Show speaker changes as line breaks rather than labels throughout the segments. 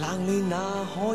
但你那可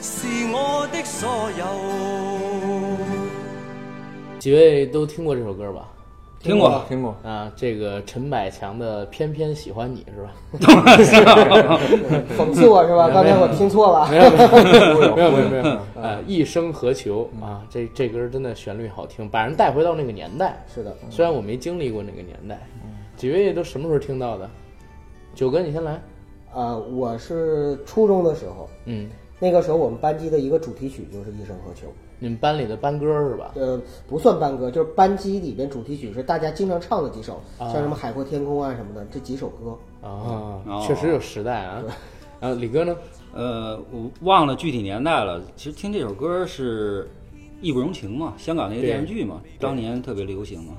是我的所有。
几位都听过这首歌吧？
听过
听过，
啊，这个陈百强的《偏偏喜欢你》是吧？
讽刺我是吧？刚才我听错了
没。有 没有没有没有没有， 啊，一生何求啊？这这歌真的旋律好听，把人带回到那个年代。
是的，
虽然我没经历过那个年代，几位都什么时候听到的？九哥，你先来。
呃，我是初中的时候，
嗯，
那个时候我们班级的一个主题曲就是《一生何求》。
你们班里的班歌是吧？
呃，不算班歌，就是班级里边主题曲是大家经常唱的几首，像什么《海阔天空》啊什么的，这几首歌。
啊
哦，
确实有时代啊。啊，李哥呢？
呃，我忘了具体年代了。其实听这首歌是《义不容情》嘛，香港那个电视剧嘛，当年特别流行嘛。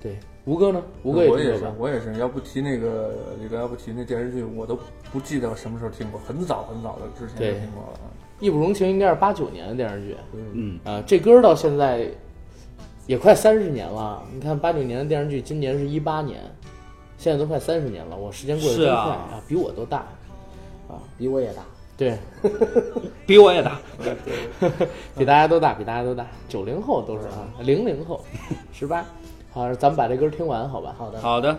对，吴哥呢？吴哥
我
听
也
过
是
吧，？
我也是。要不提那个李哥，要不提那电视剧，我都不记得什么时候听过，很早很早的之前
对
就听过了。
义不容情应该是八九年的电视剧。
嗯，
啊，这歌到现在也快三十年了。你看八九年的电视剧，今年是一八年，现在都快三十年了。我时间过得真
是
快
啊
比我都大。
比我也大，
对，
比我也大。
比大家都大，比大家都大。九零后都是啊，零零后，十八。好，咱们把这歌听完，好吧？
好的，
好的，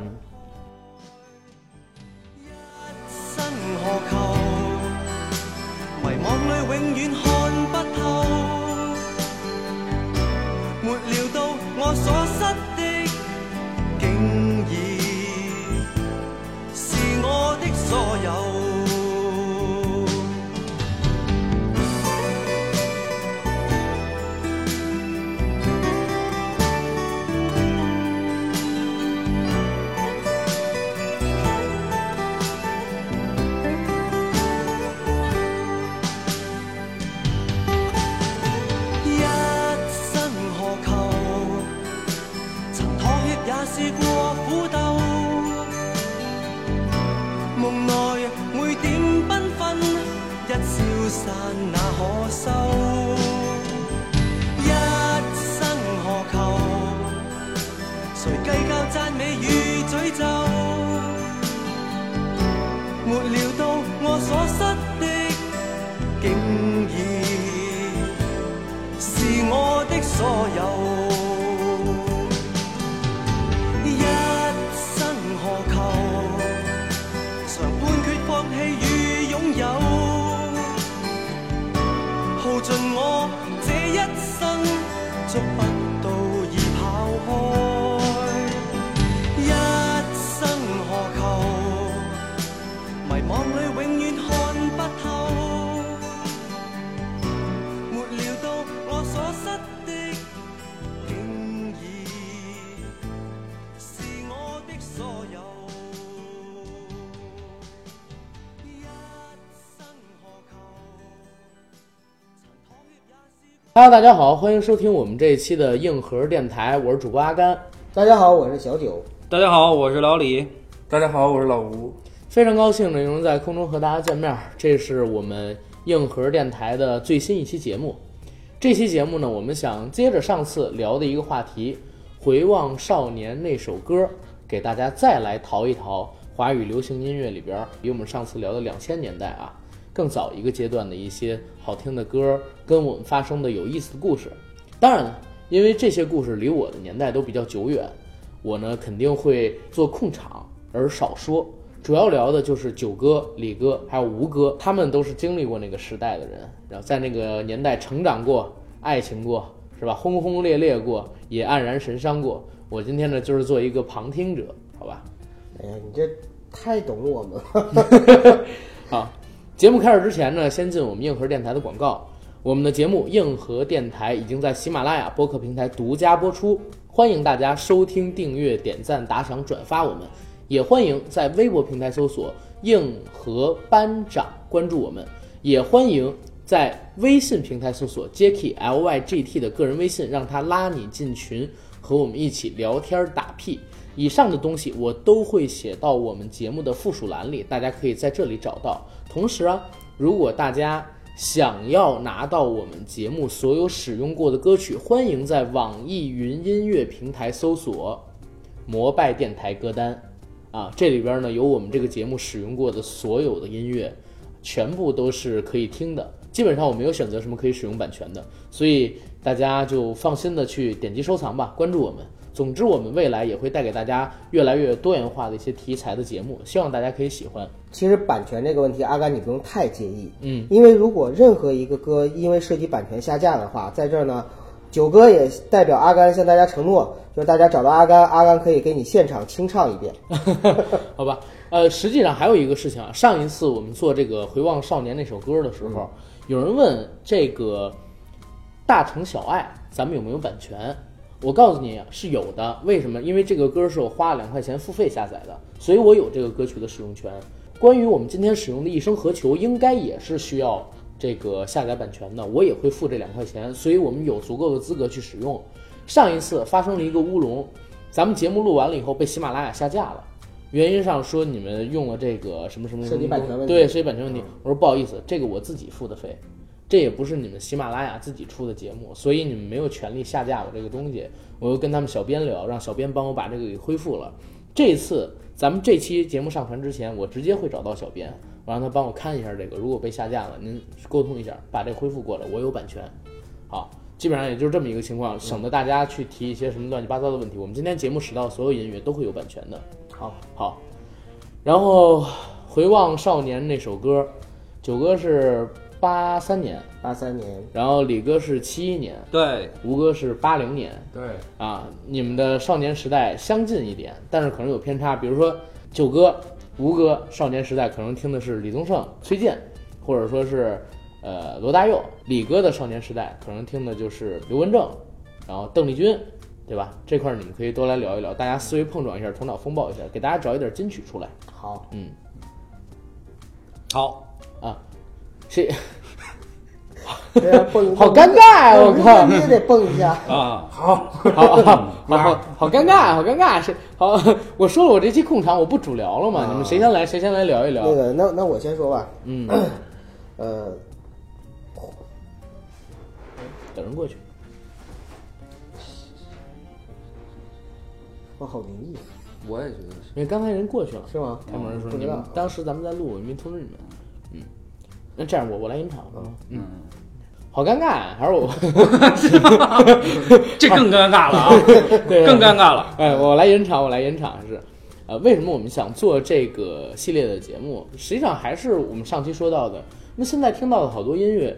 生何求？迷惘里永遠看不透，沒料到我所失的，竟已是我的所有。一生何求？曾妥協也試過苦鬥，夢內每點繽紛，一消散那可收？一生何求？誰計較讚美與詛咒？沒料到我所失的，竟已。是我的所有。一生何求？常判決放棄與擁有，耗盡我這一生，捉不到已跑開。一生何求？迷惘裏永遠看不透。沒料到我所失的，竟已是我的所有。一生何求？曾妥協也是。
Hello，大家好，欢迎收听我们这一期的硬核电台，我是主播阿甘。
大家好，我是小九。
大家好，我是老李。
大家好，我是老吴。
非常高兴呢，又能在空中和大家见面儿。这是我们硬核电台的最新一期节目。这期节目呢，我们想接着上次聊的一个话题，回望少年那首歌，给大家再来淘一淘华语流行音乐里边儿，比我们上次聊的两千年代啊更早一个阶段的一些好听的歌，跟我们发生的有意思的故事。当然了，因为这些故事离我的年代都比较久远，我呢肯定会做控场，而少说。主要聊的就是九哥、李哥还有吴哥，他们都是经历过那个时代的人，然后在那个年代成长过、爱情过，是吧？轰轰烈烈过，也黯然神伤过。我今天呢，就是做一个旁听者，好吧？
哎呀，你这太懂我们了。
好，节目开始之前呢，先进我们硬核电台的广告。我们的节目《硬核电台》已经在喜马拉雅播客平台独家播出，欢迎大家收听、订阅、点赞、打赏、转发我们，也欢迎在微博平台搜索“硬核班长”关注我们，也欢迎在微信平台搜索 Jacky L Y G T 的个人微信，让他拉你进群，和我们一起聊天儿打屁。以上的东西我都会写到我们节目的附属栏里，大家可以在这里找到。同时啊，如果大家想要拿到我们节目所有使用过的歌曲，欢迎在网易云音乐平台搜索“摩拜电台歌单”，啊，这里边呢有我们这个节目使用过的所有的音乐，全部都是可以听的。基本上我没有选择什么可以使用版权的，所以大家就放心的去点击收藏吧，关注我们。总之，我们未来也会带给大家越来越多元化的一些题材的节目，希望大家可以喜欢。
其实版权这个问题，阿甘你不用太介意，嗯，因为如果任何一个歌因为涉及版权下架的话，在这儿呢，九哥也代表阿甘向大家承诺，就是大家找到阿甘，阿甘可以给你现场清唱 一遍。
好吧，呃，实际上还有一个事情啊，上一次我们做这个回望少年那首歌的时候，有人问这个《大城小爱》咱们有没有版权？我告诉你是有的，为什么？因为这个歌是我花了两块钱付费下载的，所以我有这个歌曲的使用权。关于我们今天使用的《一生何求》，应该也是需要这个下载版权的，我也会付这两块钱，所以我们有足够的资格去使用。上一次发生了一个乌龙，咱们节目录完了以后被喜马拉雅下架了。原因上说你们用了这个什么什么什
涉及
么
版
东
权问题嗯
对涉及版权问题，我说不好意思，这个我自己付的费，这也不是你们喜马拉雅自己出的节目，所以你们没有权利下架我这个东西。我又跟他们小编聊，让小编帮我把这个给恢复了。这次咱们这期节目上传之前，我直接会找到小编，我让他帮我看一下这个，如果被下架了，您沟通一下，把这个恢复过来，我有版权。好，基本上也就是这么一个情况，省得大家去提一些什么乱七八糟的问题。我们今天节目使到的所有音乐都会有版权的。
好，
好，然后回望少年那首歌，九哥是八三年，
八三年，
然后李哥是七一年，
对，
吴哥是八零年
对，
啊，你们的少年时代相近一点，但是可能有偏差。比如说九哥、吴哥少年时代可能听的是李宗盛、崔健，或者说是呃罗大佑；李哥的少年时代可能听的就是刘文正，然后邓丽君。对吧？这块儿你们可以多来聊一聊，大家思维碰撞一下，头脑风暴一下，给大家找一点金曲出来。
好，
嗯
好，
啊， 谁？
对啊蹦一蹦
好尴尬呀我靠
你也得蹦一 下。
啊，
好
嗯
好好好好尴尬，好尴尬，是好。我说了，我这期控场我不主聊了嘛，
啊
你们谁先来谁先来聊一聊
那。个，那那我先说吧，
嗯，
呃，
等人过去。
我好灵异，
我也觉得是。
因为刚才人过去了，
是吗？
开门的时候
不
你们
知道
当时咱们在录，我没通知你们。嗯，那这样我我来引场吧。嗯，好尴尬啊，还是 我
这更尴尬了啊，
对
更尴尬了。
哎，我来延长，我来延长是，呃，为什么我们想做这个系列的节目？实际上还是我们上期说到的，那现在听到的好多音乐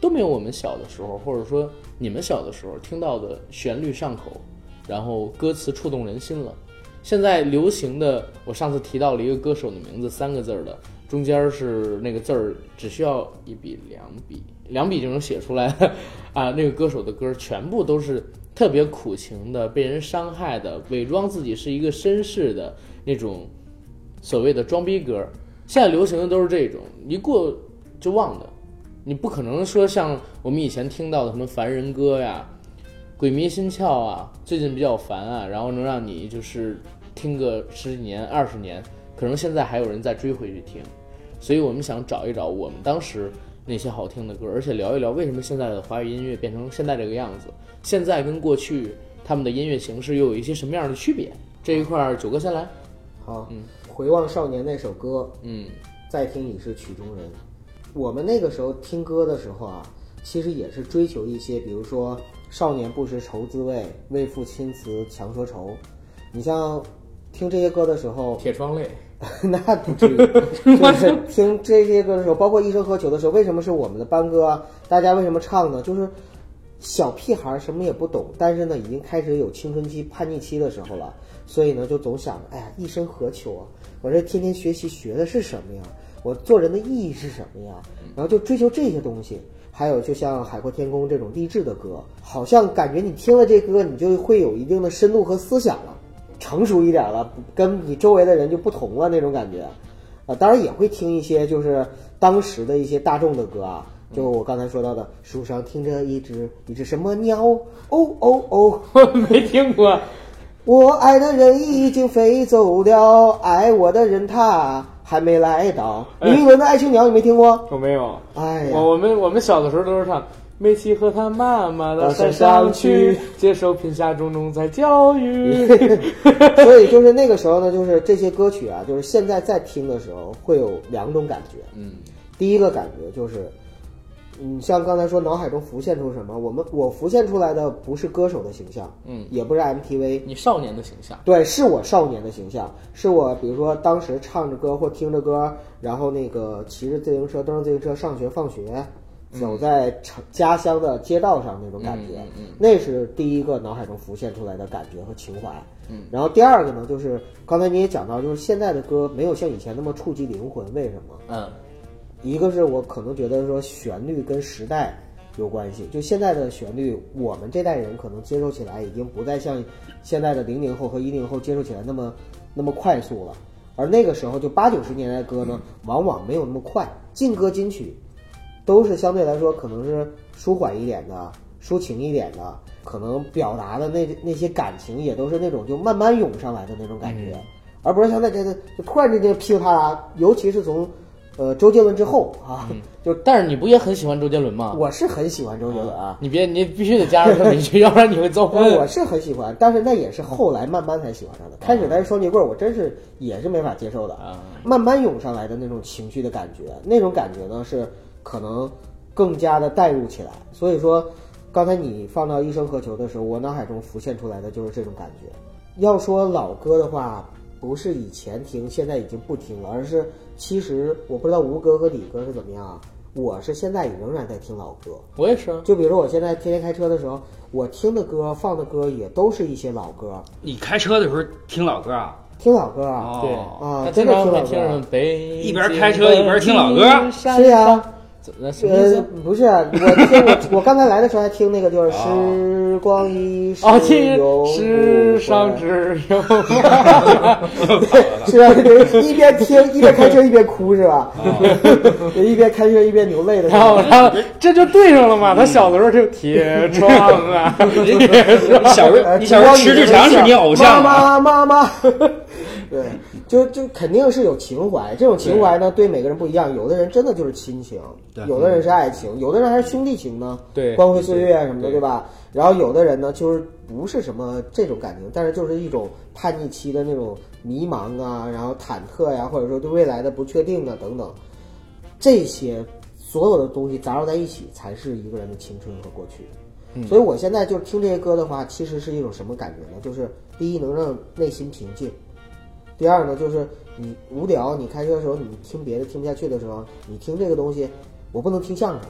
都没有我们小的时候，或者说你们小的时候听到的旋律上口，然后歌词触动人心了。现在流行的，我上次提到了一个歌手的名字，三个字儿的，中间是那个字儿，只需要一笔、两笔、两笔就能写出来啊。那个歌手的歌全部都是特别苦情的，被人伤害的，伪装自己是一个绅士的那种所谓的装逼歌。现在流行的都是这种，一过就忘的。你不可能说像我们以前听到的什么凡人歌呀、鬼迷心窍啊，最近比较烦啊，然后能让你就是听个十几年、二十年，可能现在还有人在追回去听，所以我们想找一找我们当时那些好听的歌，而且聊一聊为什么现在的华语音乐变成现在这个样子，现在跟过去他们的音乐形式又有一些什么样的区别？这一块儿九哥先来，
好，回望少年那首歌，
嗯，
再听你是曲中人。我们那个时候听歌的时候啊，其实也是追求一些，比如说“少年不识愁滋味，为赋新词强说愁”。你像听这些歌的时候，
铁窗泪，
那不至于，就是听这些歌的时候，包括一生何求的时候，为什么是我们的班歌啊？大家为什么唱呢？就是小屁孩儿什么也不懂，但是呢，已经开始有青春期、叛逆期的时候了，所以呢，就总想着，哎呀，一生何求啊？我这天天学习学的是什么呀？我做人的意义是什么呀？然后就追求这些东西。还有，就像《海阔天空》这种励志的歌，好像感觉你听了这歌，你就会有一定的深度和思想了。成熟一点了，跟你周围的人就不同了那种感觉。啊、当然也会听一些就是当时的一些大众的歌啊，就我刚才说到的，树上听着一只一只什么鸟，哦哦哦，
我没听过。
我爱的人已经飞走了，爱我的人他还没来到。
哎
林允文的《爱情鸟》你没听过？
我没有。
哎呀，
我我们我们小的时候都是唱。梅西和他妈妈到
到
山
山
上
上
去
去
接受贫下中农在教育。
所以就是那个时候呢，就是这些歌曲啊，就是现在在听的时候会有两种感觉。
嗯，
第一个感觉就是，嗯，像刚才说脑海中浮现出什么，我们我浮现出来的不是歌手的形象，
嗯
也不是 MTV，
你少年的形象，
对，是我少年的形象，是我比如说当时唱着歌或听着歌，然后那个骑着自行车、蹬着自行车上学放学，走在城家乡的街道上那种感觉，那是第一个脑海中浮现出来的感觉和情怀。嗯，然后第二个呢，就是刚才你也讲到，就是现在的歌没有像以前那么触及灵魂，为什么？
嗯，
一个是我可能觉得说旋律跟时代有关系，就现在的旋律，我们这代人可能接受起来已经不再像现在的零零后和一零后接受起来那么那么快速了，而那个时候就八九十年代的歌呢，往往没有那么快，劲歌金曲都是相对来说可能是舒缓一点的、抒情一点的，可能表达的那那些感情也都是那种就慢慢涌上来的那种感觉，而不是像那这个就突然之间噼里啪啦，尤其是从呃周杰伦之后啊，就
但是你不也很喜欢周杰伦吗？
我是很喜欢周杰伦啊，
你别，你必须得加上这么一句，要不然你会 遭
但我
殃。
是很喜欢，但是那也是后来慢慢才喜欢上的。开始他是双截棍儿，我真是也是没法接受的
啊，
慢慢涌上来的那种情绪的感觉，那种感觉呢是可能更加的带入起来。所以说，刚才你放到《一生何求》的时候，我脑海中浮现出来的就是这种感觉。要说老歌的话，不是以前听，现在已经不听了，而是其实我不知道吴哥和李哥是怎么样啊，我是现在也仍然在听老歌。
我也是啊，
就比如说我现在天天开车的时候，我听的歌、放的歌也都是一些老歌，
你开车的时候听老歌啊？
听老歌啊。
对
哦，
啊
他
真
经常
的听
会
老
听
歌啊
什么北
一边开车一边听老歌
是啊呀
怎么什么意
呃
思？，
不是啊，我听我我刚才来的时候还听那个就是
啊
时光一逝
哦，听
永
世
不
上
回
只有
是啊，一边听一边开车一边哭是吧？ 一边开车一边流泪的时
哦然后
候，
然后这就对上了
嗯
嘛。他小的时候就铁窗 啊，
你小时
哎呃
候，你小时候迟志强是你偶像啊吗？
妈妈妈 妈，对，就就肯定是有情怀，这种情怀呢，对每个人不一样，有的人真的就是亲情，
对
有的人是爱情，有的人还是兄弟情呢，
嗯对
光辉岁月啊什么的，
对
对吧？然后有的人呢，就是不是什么这种感情，但是就是一种叛逆期的那种迷茫啊，然后忐忑呀、或者说对未来的不确定啊等等，这些所有的东西杂糅在一起，才是一个人的青春和过去。
嗯
所以我现在就听这些歌的话，其实是一种什么感觉呢？就是第一能让内心平静，第二呢就是你无聊，你开车的时候你听别的听不下去的时候，你听这个东西，我不能听相声。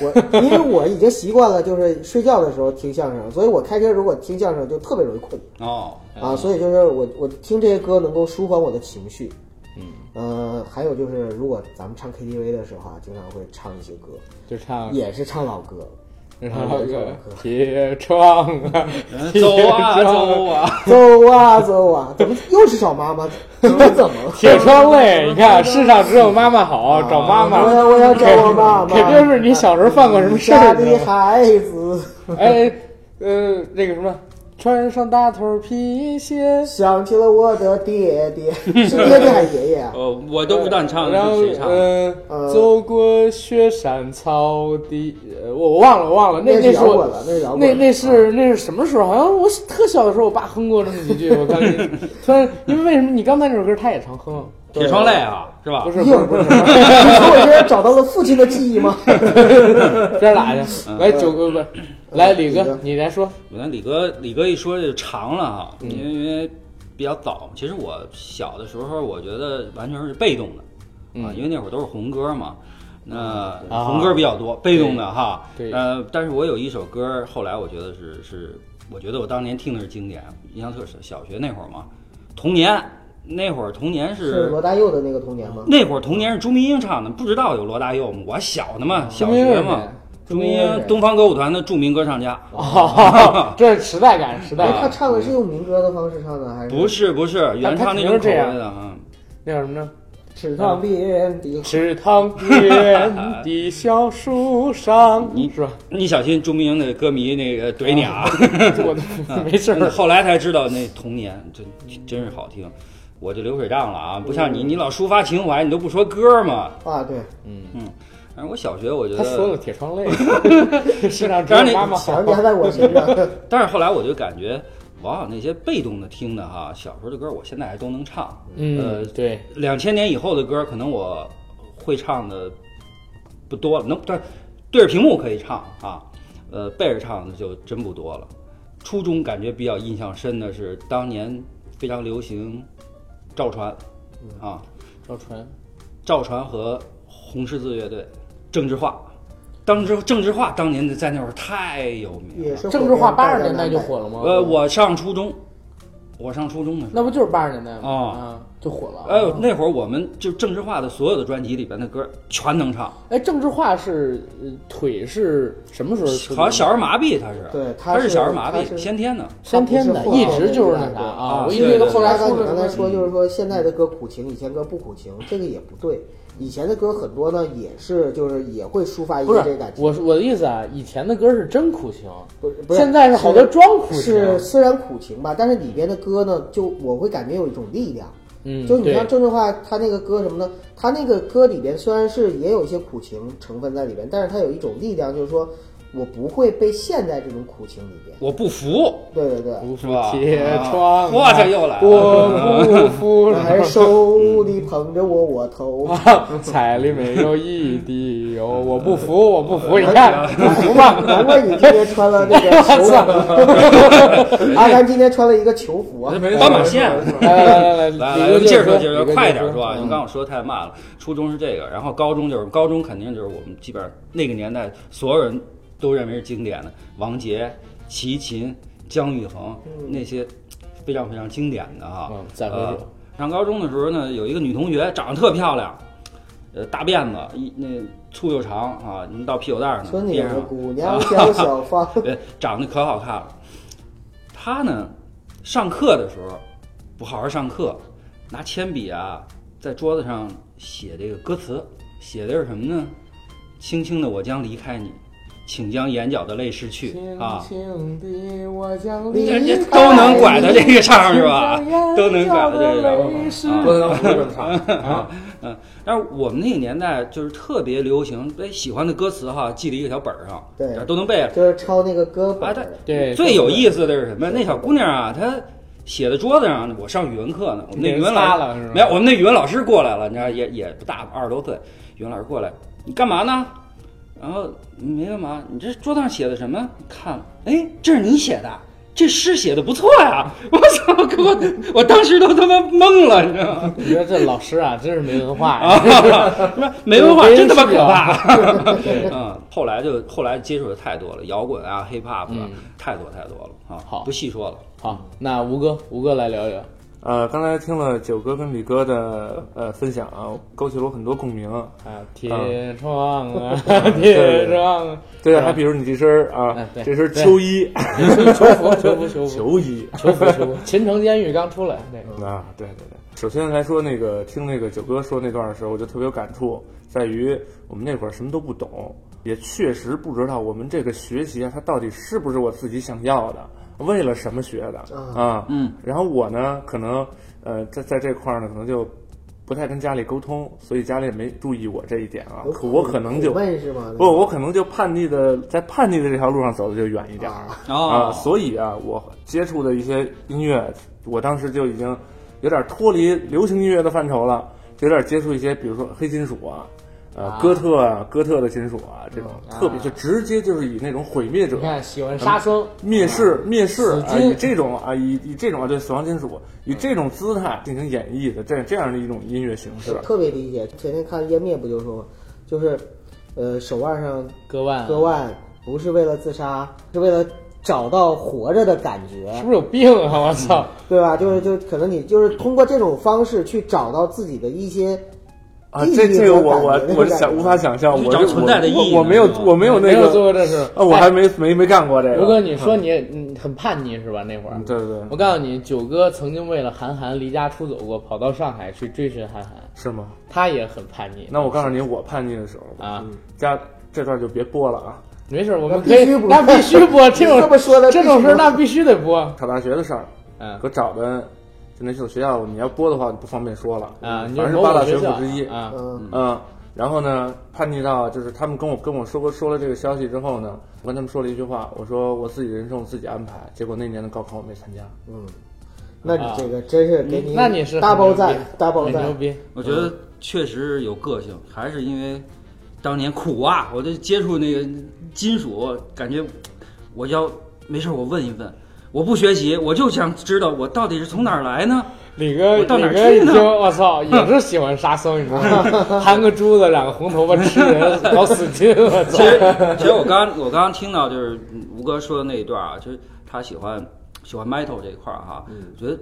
我因为我已经习惯了，就是睡觉的时候听相声，所以我开车如果听相声就特别容易困
哦，
嗯
啊，所以就是我我听这些歌能够舒缓我的情绪，嗯，呃，还有就是如果咱们唱 KTV 的时候啊，经常会唱一些歌，
就唱
也是唱老歌，
然后铁窗啊，
走 啊
铁窗
走啊，
走啊走啊，怎么又是找 妈妈？今天怎 么了？
铁窗泪，你看世上只有妈妈好，找妈
啊我
妈。
要我要找我妈妈。
肯定是你小时候犯过什么事儿啊
家的孩子
哎，呃，那个什么，穿上大头皮鞋，
想起了我的爹 爹，是爹爹还是爷爷啊？
哦，我都不知道你唱
然
的
后
是谁唱的。
呃，
呃
走过雪山草地，呃，我我忘了，我忘了，那
那是
是
摇滚
我
了，那是摇滚了。
那那是那是什么时候？好像我特小的时候，我爸哼过这么几句。我刚才突然，因为为什么你刚才那首歌他也常哼？
铁窗泪啊，是吧
不？是
又是不 是？你
哦
说我今天找到了父亲的记忆吗？
边打去，来九哥不是，来李
李
哥
哥，
你来说。嗯
我看李哥，李哥一说就长了哈，因为比较早。其实我小的时候，我觉得完全是被动
嗯
的啊，因为那会儿都是红歌嘛，那
啊
红歌比较多，被动的哈。
对
呃，但是我有一首歌，后来我觉得是是，我觉得我当年听的是经典，印象特深。小学那会儿嘛，童年那会儿童年
是罗大佑的那个童年吗？
那会儿童年是朱明英唱的，不知道有罗大佑吗？我小呢嘛，小学嘛。
嗯朱
朱
明
明
英是谁
英，东方歌舞团的著名歌唱家。
哦，这是时代感，时代
哎，他
感。
唱的是用民歌的方式唱的，还是
不是不是，原唱那种
嗯
口味
啊他肯定是这
的啊。
那叫什么呢？
只唱别人的
池塘边的小树上，
你
是吧？
你小心朱明英的歌迷那个怼你啊！
我都没事
真的，
儿。
后来才知道那童年真真是好听，我就流水账了啊！不像
嗯
你，你老抒发情怀，你都不说歌嘛。
啊，对，
反正我小学我觉
嗯他说
得，
了铁窗泪，是让只有妈妈
小
好
人。压在我身 上，
但是后来我就感觉，往往那些被动的听的哈，小时候的歌我现在还都能唱。
嗯
呃，
对，
两千年以后的歌，可能我会唱的不多了，能对对着屏幕可以唱啊，呃，背着唱的就真不多了。初中感觉比较印象深的是当年非常流行赵传啊，
赵传，
赵传和红十字乐队郑智化。当时郑智化当年在那会儿太有名
也
了，
是
郑智化八十年代就火了吗？
呃，我上初中，我上初中的时候。
那不就是八十年代吗？
哦
啊，就火了。
哎呦，那会儿我们就郑智化的所有的专辑里边的歌全能唱，
哎，郑智化是呃腿是什么时候出的？
好像小儿麻痹他是，
对他
他
是
小儿麻
他
痹，
是
先天的。
先天的，一直就是那啥
对
啊，
啊
我一直觉得后来
阿
出
甘，你
了
刚才
什么
说就是说现在的歌苦情，以前歌不苦情，这个也不对。以前的歌很多呢，也是就是也会抒发一
不
些这个
是
感情，
我我的意思啊，以前的歌是真苦情，
不是不是
现在是好多装苦情
是虽然苦情吧，但是里边的歌呢，就我会感觉有一种力量。
嗯，
就你
对
像郑智化，他那个歌什么呢？他那个歌里边虽然是也有一些苦情成分在里边，但是他有一种力量，就是说我不会被陷在这种苦情里边。
我不服，
对对对，，
不
是
服
吧
铁
啊
窗啊，
哇这又来了
我不服
还是手里捧着我我头。
嗯
彩里没有一滴油，我不服，我不服，你 看不服吗？
难怪你今天穿了那个球 服，阿甘今天穿了一个球服啊。
呃
斑马线。
来来来
来
来，
来，接着说，接
李
着
哥
说，快点说啊！
嗯
因为刚刚我说的太慢了。初中是这个，然后高中就是高中，肯定就是我们基本上那个年代所有人都认为是经典的，王杰、齐秦、姜育恒
嗯
那些非常非常经典的哈
嗯。再回首
呃，上高中的时候呢，有一个女同学长得特漂亮，呃，大辫子，一那粗又长啊，能到屁股蛋儿
村
呢，
里有
边啊
个
上。
姑娘叫小 芳，
呃，长得可好看了。他呢，上课的时候不好好上课，拿铅笔啊在桌子上写这个歌词，写的是什么呢？轻轻的我将离开你，请将眼角的泪拭去啊。
轻轻地，我 将
你
这
离开
这都能拐到
你
这个上是吧？ 都能拐到这个啊上。
上
不能让日本唱，
啊，嗯，但是我们那个年代就是特别流行，哎，喜欢的歌词哈，记在一个小本儿上，
对
都能背。
就是抄那个歌本
啊，
儿。
对
对
最有意思的是什么？那小姑娘啊，她写在桌子上呢。我上语文课呢，我们那语文
给人擦
老
了是吧
没有，我们那语文老师过来了，你知道也也不大，二十多岁，语文老师过来，你干嘛呢？然后没干嘛，你这桌子上写的什么？看了，哎，这是你写的。这诗写的不错呀！ 我操，给我我当时都他妈懵了，你知道吗？
你说这老师啊，真是没文化呀！
没文化，
对
真他妈
是
可
啊
怕！
对
嗯，后来就后来接触的太多了，摇滚啊、hip hop 啊
嗯，
太多太多了啊，
好
不细说了。
好，那吴哥，吴哥来聊一聊。
呃，刚才听了九哥跟李哥的呃分享啊，勾起了我很多共鸣。
啊，铁窗啊， 铁窗啊，
嗯对，
是吧
还比如你这身儿啊
哎对，
这身儿秋衣，
求服，求服，求服，
秋衣
求服，求服。 秦城监狱刚出来，那个
啊，对对对。首先来说，那个听那个九哥说那段的时候，我就特别有感触，在于我们那会儿什么都不懂，也确实不知道我们这个学习啊，它到底是不是我自己想要的，为了什么学的啊？
嗯。
然后我呢，可能呃，在在这块儿呢，可能就不太跟家里沟通，所以家里也没注意我这一点啊。可我可能就
苦闷是吗？
不，我可能就叛逆的，在叛逆的这条路上走的就远一点儿
啊
哦
啊，所以啊，我接触的一些音乐，我当时就已经有点脱离流行音乐的范畴了，就有点接触一些，比如说黑金属啊，呃，哥特啊，哥特的金属啊，这种特别就直接就是以那种毁灭者
你、看喜欢杀生，
嗯灭世、灭世
死
啊，
金
以这种啊，以以这种啊，对死亡金属，以这种姿态进行演绎的这这样的一种音乐形式
我，特别理解。前天看湮灭不就说吗？就是，呃，手腕上
割腕，啊
割，腕不是为了自杀，是为了找到活着的感觉
是，不是有病啊？
嗯
我操！
对吧？就是就可能你就是通过这种方式去找到自己的一些
啊，
意义
这这个
和
我我
感觉
我
那种感
是想
觉
无法想象，
去
我
找
这
存在的意义
我我
呢
没有
是吧
我没有那
没有做过
个
这事哎
啊，我还没没没干过这个。
刘哥，你说
嗯
你你很叛逆是吧？那会儿，
对对对
我告诉你，九哥曾经为了韩寒离家出走过，跑到上海去追寻韩寒，
是吗？
他也很叛逆。
那我告诉你，我叛逆的时候嗯
啊，
家这段就别播了啊。
没事，我们
那必
可以
须，不
那必须 播这种
这么说的
这种
必须
事儿，那必须得播。
考大学的事儿，
嗯
可找的就那所学校，你要播的话就不方便说了
啊，你
嗯反正
就是某
八大
某
学
学校
府之一。
啊，
嗯，
嗯，然后呢，叛逆到就是他们跟我跟我说过说了这个消息之后呢，我跟他们说了一句话，我说我自己人生我自己安排。结果那年的高考我没参加，
那你这个真是给
啊那你是
大包赞，大包
很
赞
牛，逼，
我觉得确实有个性，还是因为当年苦啊， 我就接触那个金属，感觉我要没事儿我问一问，我不学习，我就想知道我到底是从哪儿来 呢？
李哥，
我到哪儿
李哥一
去呢
听，我操，也是喜欢杀生，你知道吗？含个珠子，染个红头发，吃人，搞死金，我
其
操！
实，其实我刚我刚刚听到就是吴哥说的那一段啊，就是他喜欢喜欢 metal 这一块儿、哈，
嗯
觉得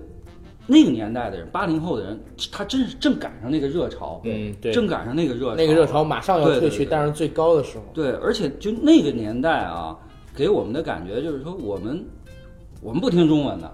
那个年代的人，八零后的人，他真是正赶上那个热潮，
嗯对
正赶上那个热潮，
那个热潮马上要退去，
对对对
但是最高的时候，
对，而且就那个年代啊，给我们的感觉就是说，我们我们不听中文的，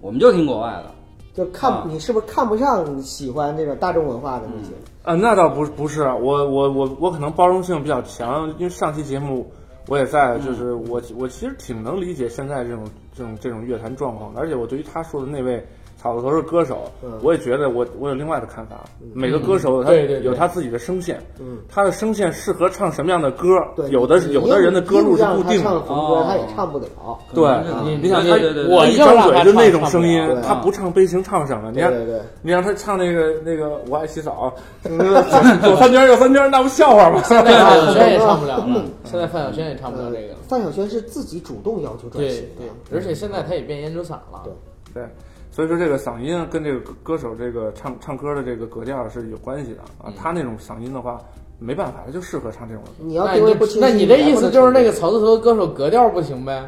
我们就听国外的。
就看
啊
你是不是看不上你喜欢这种大众文化的那些。
嗯
啊，那倒不是不是，我我我我可能包容性比较强，因为上期节目我也在，就是
嗯
我我其实挺能理解现在这种这种这种乐坛状况的，而且我对于他说的那位草字头的歌手，
嗯
我也觉得我我有另外的看法。每个歌手有他、
对对对
有他自己的声线，
嗯
他的声线适合唱什么样的歌，
对，
有的
你
有的人的歌路是
硬
固
让他
定
唱嗯
的。
红歌，
哦
他也唱不了。
可能
对
是
你
你
啊想
对对对对
我
他一张嘴就那种啊声音
我就让他唱唱不了，
他不唱悲情唱什么？你
对
看
对对，
你让他唱那个那个我爱洗 澡，左三圈右三圈，那不笑话吗？
现在范晓萱也唱不了了，现在范晓萱也唱不了这个了。
呃范晓萱是自己主动要求转
对
型的
对，，而且现在他也变烟酒嗓了，
对
对，所以说这个嗓音跟这个歌歌手这个唱唱歌的这个格调是有关系的
嗯
啊。他那种嗓音的话，没办法，他就适合唱这种。
你要
那
定位
你
不清晰，
那你这
还不
意思
能
就是
成
那
立
个草字头的歌手格调不行呗？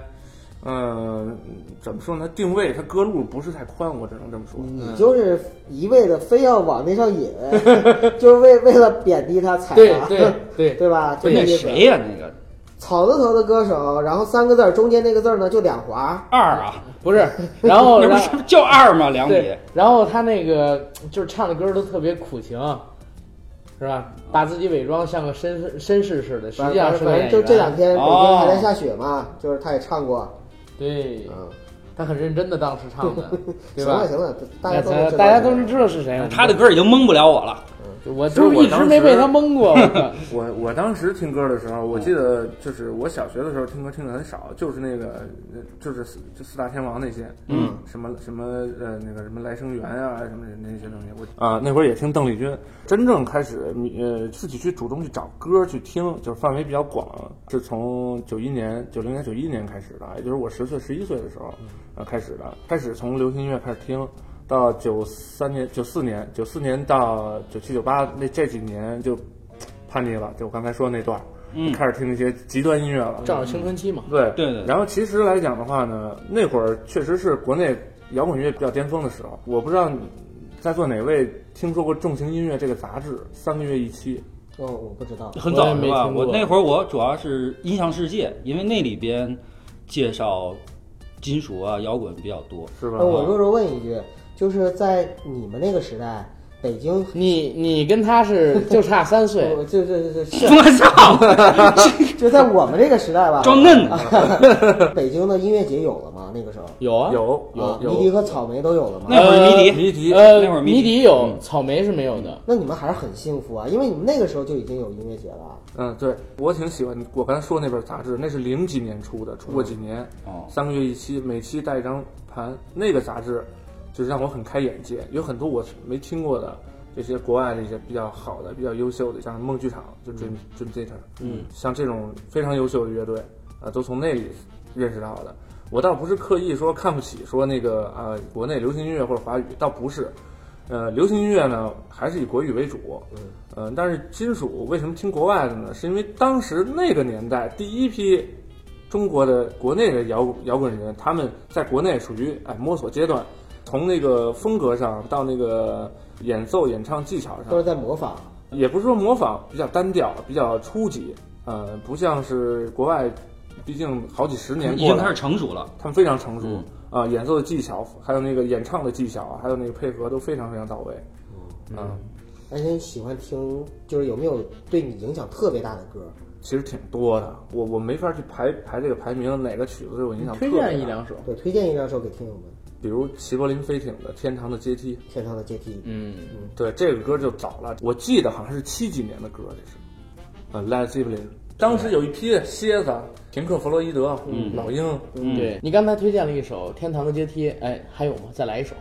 嗯，怎么说呢？定位他歌路不是太宽，我只能这么说。
嗯
嗯
你就是一味的非要往那上引， 就是为为了贬低他踩
对
他，
对对
对吧？就
就
那
那
意思。
谁呀、那个
草字头的歌手，然后三个字儿中间那个字儿呢就两划，
二啊，
不是，然后
那不
然后
是就二吗？两米。
对，然后他那个就是唱的歌都特别苦情，是吧？把自己伪装像个绅士绅士似的，实
反
际上
正
是
反
个演
正
员。
就这两天北京
哦
还在下雪嘛，就是他也唱过，
对，
嗯，
他很认真的当时唱 的，对
行
吧
了？行了，大
大
家都能知道
大家都是知道是谁。啊
他的歌已经蒙不了我了，
我就是一直没被他蒙过。我靠
我我当时听歌的时候，我记得就是我小学的时候听歌听的很少，就是那个呃就是四就四大天王那些，嗯，什么什么呃那个什么来生缘啊，什么那些东西，我啊那会儿也听邓丽君，真正开始呃自己去主动去找歌去听，就是范围比较广，是从九一年九零年九一年开始的，也就是我十岁十一岁的时候呃开始的，开始从流行音乐开始听。到九三年、九四年、九四年到九七、九八那这几年就叛逆了，就我刚才说的那段儿，开始听那些极端音乐了。
正好青春期嘛，
对
对对
然后其实来讲的话呢，那会儿确实是国内摇滚乐比较巅峰的时候。我不知道你在座哪位听说过《重型音乐》这个杂志，三个月一期。
哦，我不知道，
很早
我也没
是吧？
听过
我那会儿我主要是音像世界，因为那里边介绍金属啊、摇滚比较多。
是吧
那？哎哦我弱弱问一句，就是在你们那个时代，北京，
你你跟他是 就差三岁，
就就就就是
我操，
就在我们这个时代吧，
装 嫩的！
北京的音乐节有了吗？那个时候，
有啊
有
啊
有
迷笛
有，
和草莓都有了吗？
那会儿迷笛
呃
迷笛
呃，
那会儿迷笛嗯
迷笛有，草莓是没有的。
那你们还是很幸福啊，因为你们那个时候就已经有音乐节了。啊
嗯，对我挺喜欢我刚才说那本杂志，那是零几年出的，出过几年，
哦
三个月一期，每期带一张盘。那个杂志就是让我很开眼界，有很多我没听过的，这些国外的一些比较好的、比较优秀的，像梦剧场就 Dream、Dream Theater，嗯，像这种非常优秀的乐队啊、都从那里认识到的。我倒不是刻意说看不起说那个啊、国内流行音乐或者华语，倒不是。呃，流行音乐呢还是以国语为主，嗯，呃，但是金属为什么听国外的呢？是因为当时那个年代第一批中国的国内的摇摇滚人，他们在国内属于哎摸索阶段，从那个风格上到那个演奏、演唱技
啊
巧
都是
上，
在模仿。
也不是说模仿，比较单调，比较初级，呃，不像是国外，毕竟好几
呃
十年
已
过
经开
来
始，成熟了。
他们非常成熟
嗯
啊、演奏的技巧，还有那个演唱的技巧，还有那个配合都非常非常到位，嗯。
而且你喜欢听，就是有没有对你影响特别大的歌？
其实挺多的，我我没法去排排这个排名，哪个曲子对我影响特
推
别大
荐一，两首，
对，推荐一两首给听友们。
比如齐柏林飞艇的《天堂的阶梯》，
天上的阶梯，
嗯，
对这个歌就早了，我记得好像是七几年的歌，这是，呃，Led Zeppelin，当时有一批蝎子，啊平克·弗洛伊德、啊
嗯
老鹰，
对你刚才推荐了一首《天堂的阶梯》，哎，还有吗？再来一首。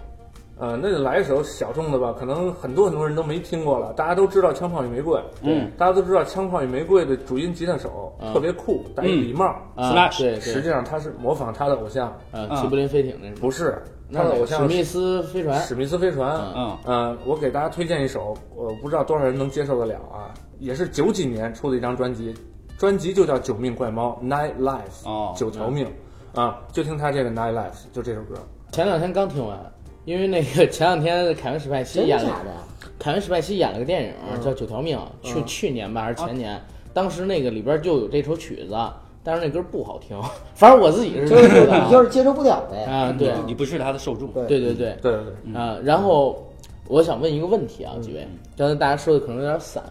呃，那就来一首小众的吧，可能很多很多人都没听过了，大家都知道《枪炮与玫瑰》，
嗯，
大家都知道《枪炮与玫瑰》的主音吉他手、特别酷，戴一礼帽，
啊，
Slash，
对
实
对
际，上他是模仿他的偶像，
呃，
嗯
齐柏林飞艇那首，
不是他
那
的
哪
偶
个
像
嗯史
是
密斯飞船，
史密斯飞船，
嗯
呃，我给大家推荐一首，我不知道多少人能接受得了啊，也是九几年出的一张专辑，专辑就叫《九命怪猫》（Nine Lives），、
哦
九条命，啊，就听他这个《Nine Lives》，就这首歌，
前两天刚听完，因为那个前两天凯文史派西
真的
演
假
了，
的？嗯
凯文史派西演了个电影、叫《九条命》，去去年吧还是
啊
前年，当时那个里边就有这首曲子，但是那歌不好听，反正我自己是
就是
觉得
你就是嗯接受不了呗。
啊，对
你不是他的受众。
对
对对对
对对对，
嗯
啊，然后我想问一个问题啊，几位，刚才大家说的可能有
嗯
点散，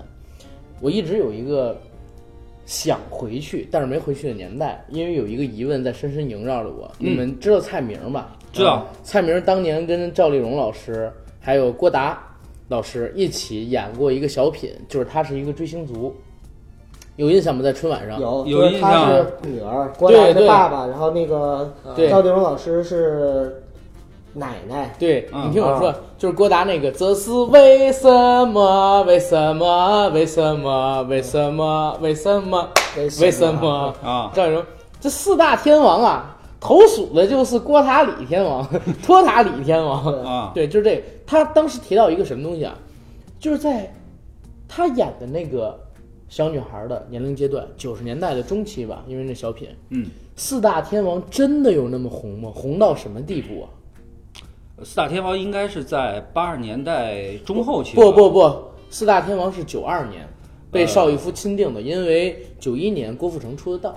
我一直有一个想回去但是没回去的年代，因为有一个疑问在深深萦绕着我。你们知道蔡明吧？
知道
嗯蔡明当年跟赵丽蓉老师还有郭达老师一起演过一个小品，就是他是一个追星族，有印象吗？在春晚上
有
有
就是
印
他
象
是女儿，郭达
对啊
的爸爸，然后那个
对
赵丽蓉老师是奶奶。
对、
嗯
你听我说，就是郭达那个“这是为什么？为什么？为什么？为什么？为什么？
为什么
为什么？”
啊
赵丽蓉，这四大天王啊，头数的就是郭塔李天王、 托塔李天王
啊
对，就是这个。他当时提到一个什么东西啊？就是在他演的那个小女孩的年龄阶段，九十年代的中期吧，因为那小品，
嗯，
四大天王真的有那么红吗？红到什么地步啊？
四大天王应该是在八十年代中后期吧。
不不不，四大天王是九二年被邵逸夫钦定的，因为九一年郭富城出的道。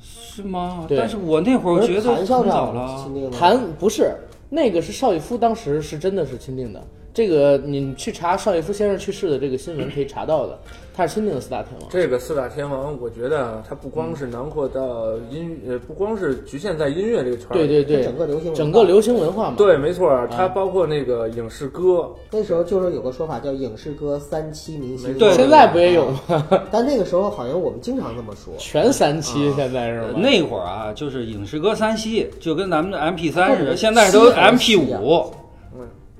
是吗？
对
但是我那会儿觉得
谭
很
校
早
长
了
亲。定的
谭不是那个是邵逸夫当时是真的是钦定的，这个你去查邵逸夫先生去世的这个新闻可以查到的，他是钦定的四大天王。
这个四大天王，我觉得啊它不光是囊括到音，呃，不光是局限在音乐这个圈儿，
对对嗯对，
整个流行文化
整个流行文化嘛。
对，没错，啊它包括那个影视歌，
那时候就是有个说法叫“影视歌三期明星”，啊
对
现在不也有吗？
但那个时候好像我们经常这么说。
全三期现在是
呃
吗？
那会儿啊，就是影视歌三系，就跟咱们的 MP 三似
或者
的，现在都
西还是
MP
西啊
五、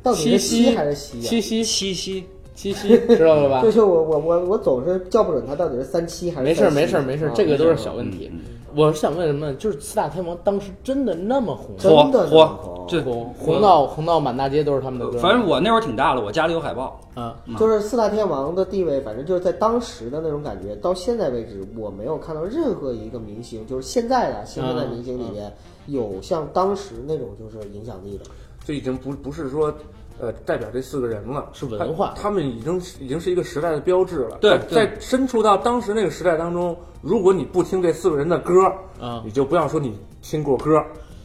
到底
七
是西
夕
还是啊西呀、
七夕
七夕。
七夕，知道了吧
就？是我我我我总是叫不准它到底是三七还是
没事儿
三七
没事儿没事儿
啊，
这个都是小问
嗯
题。我是想问什么？就是四大天王当时真的那么红吗？
真的
火
很
火
红
这
红红到红到满大街都是他们的歌。
呃嗯反正我那会儿挺大了，我家里有海报。
啊，
就是四大天王的地位，反正就是在当时的那种感觉，到现在为止，我没有看到任何一个明星，就是现在的新生
嗯
代明星里面，有像当时那种就是影响力的。
就已经不不是说，呃，代表这四个人了，
是文化
他他们已经是已经是一个时代的标志了。
对
在在身处到当时那个时代当中，如果你不听这四个人的歌，
啊
你就不要说你听过歌，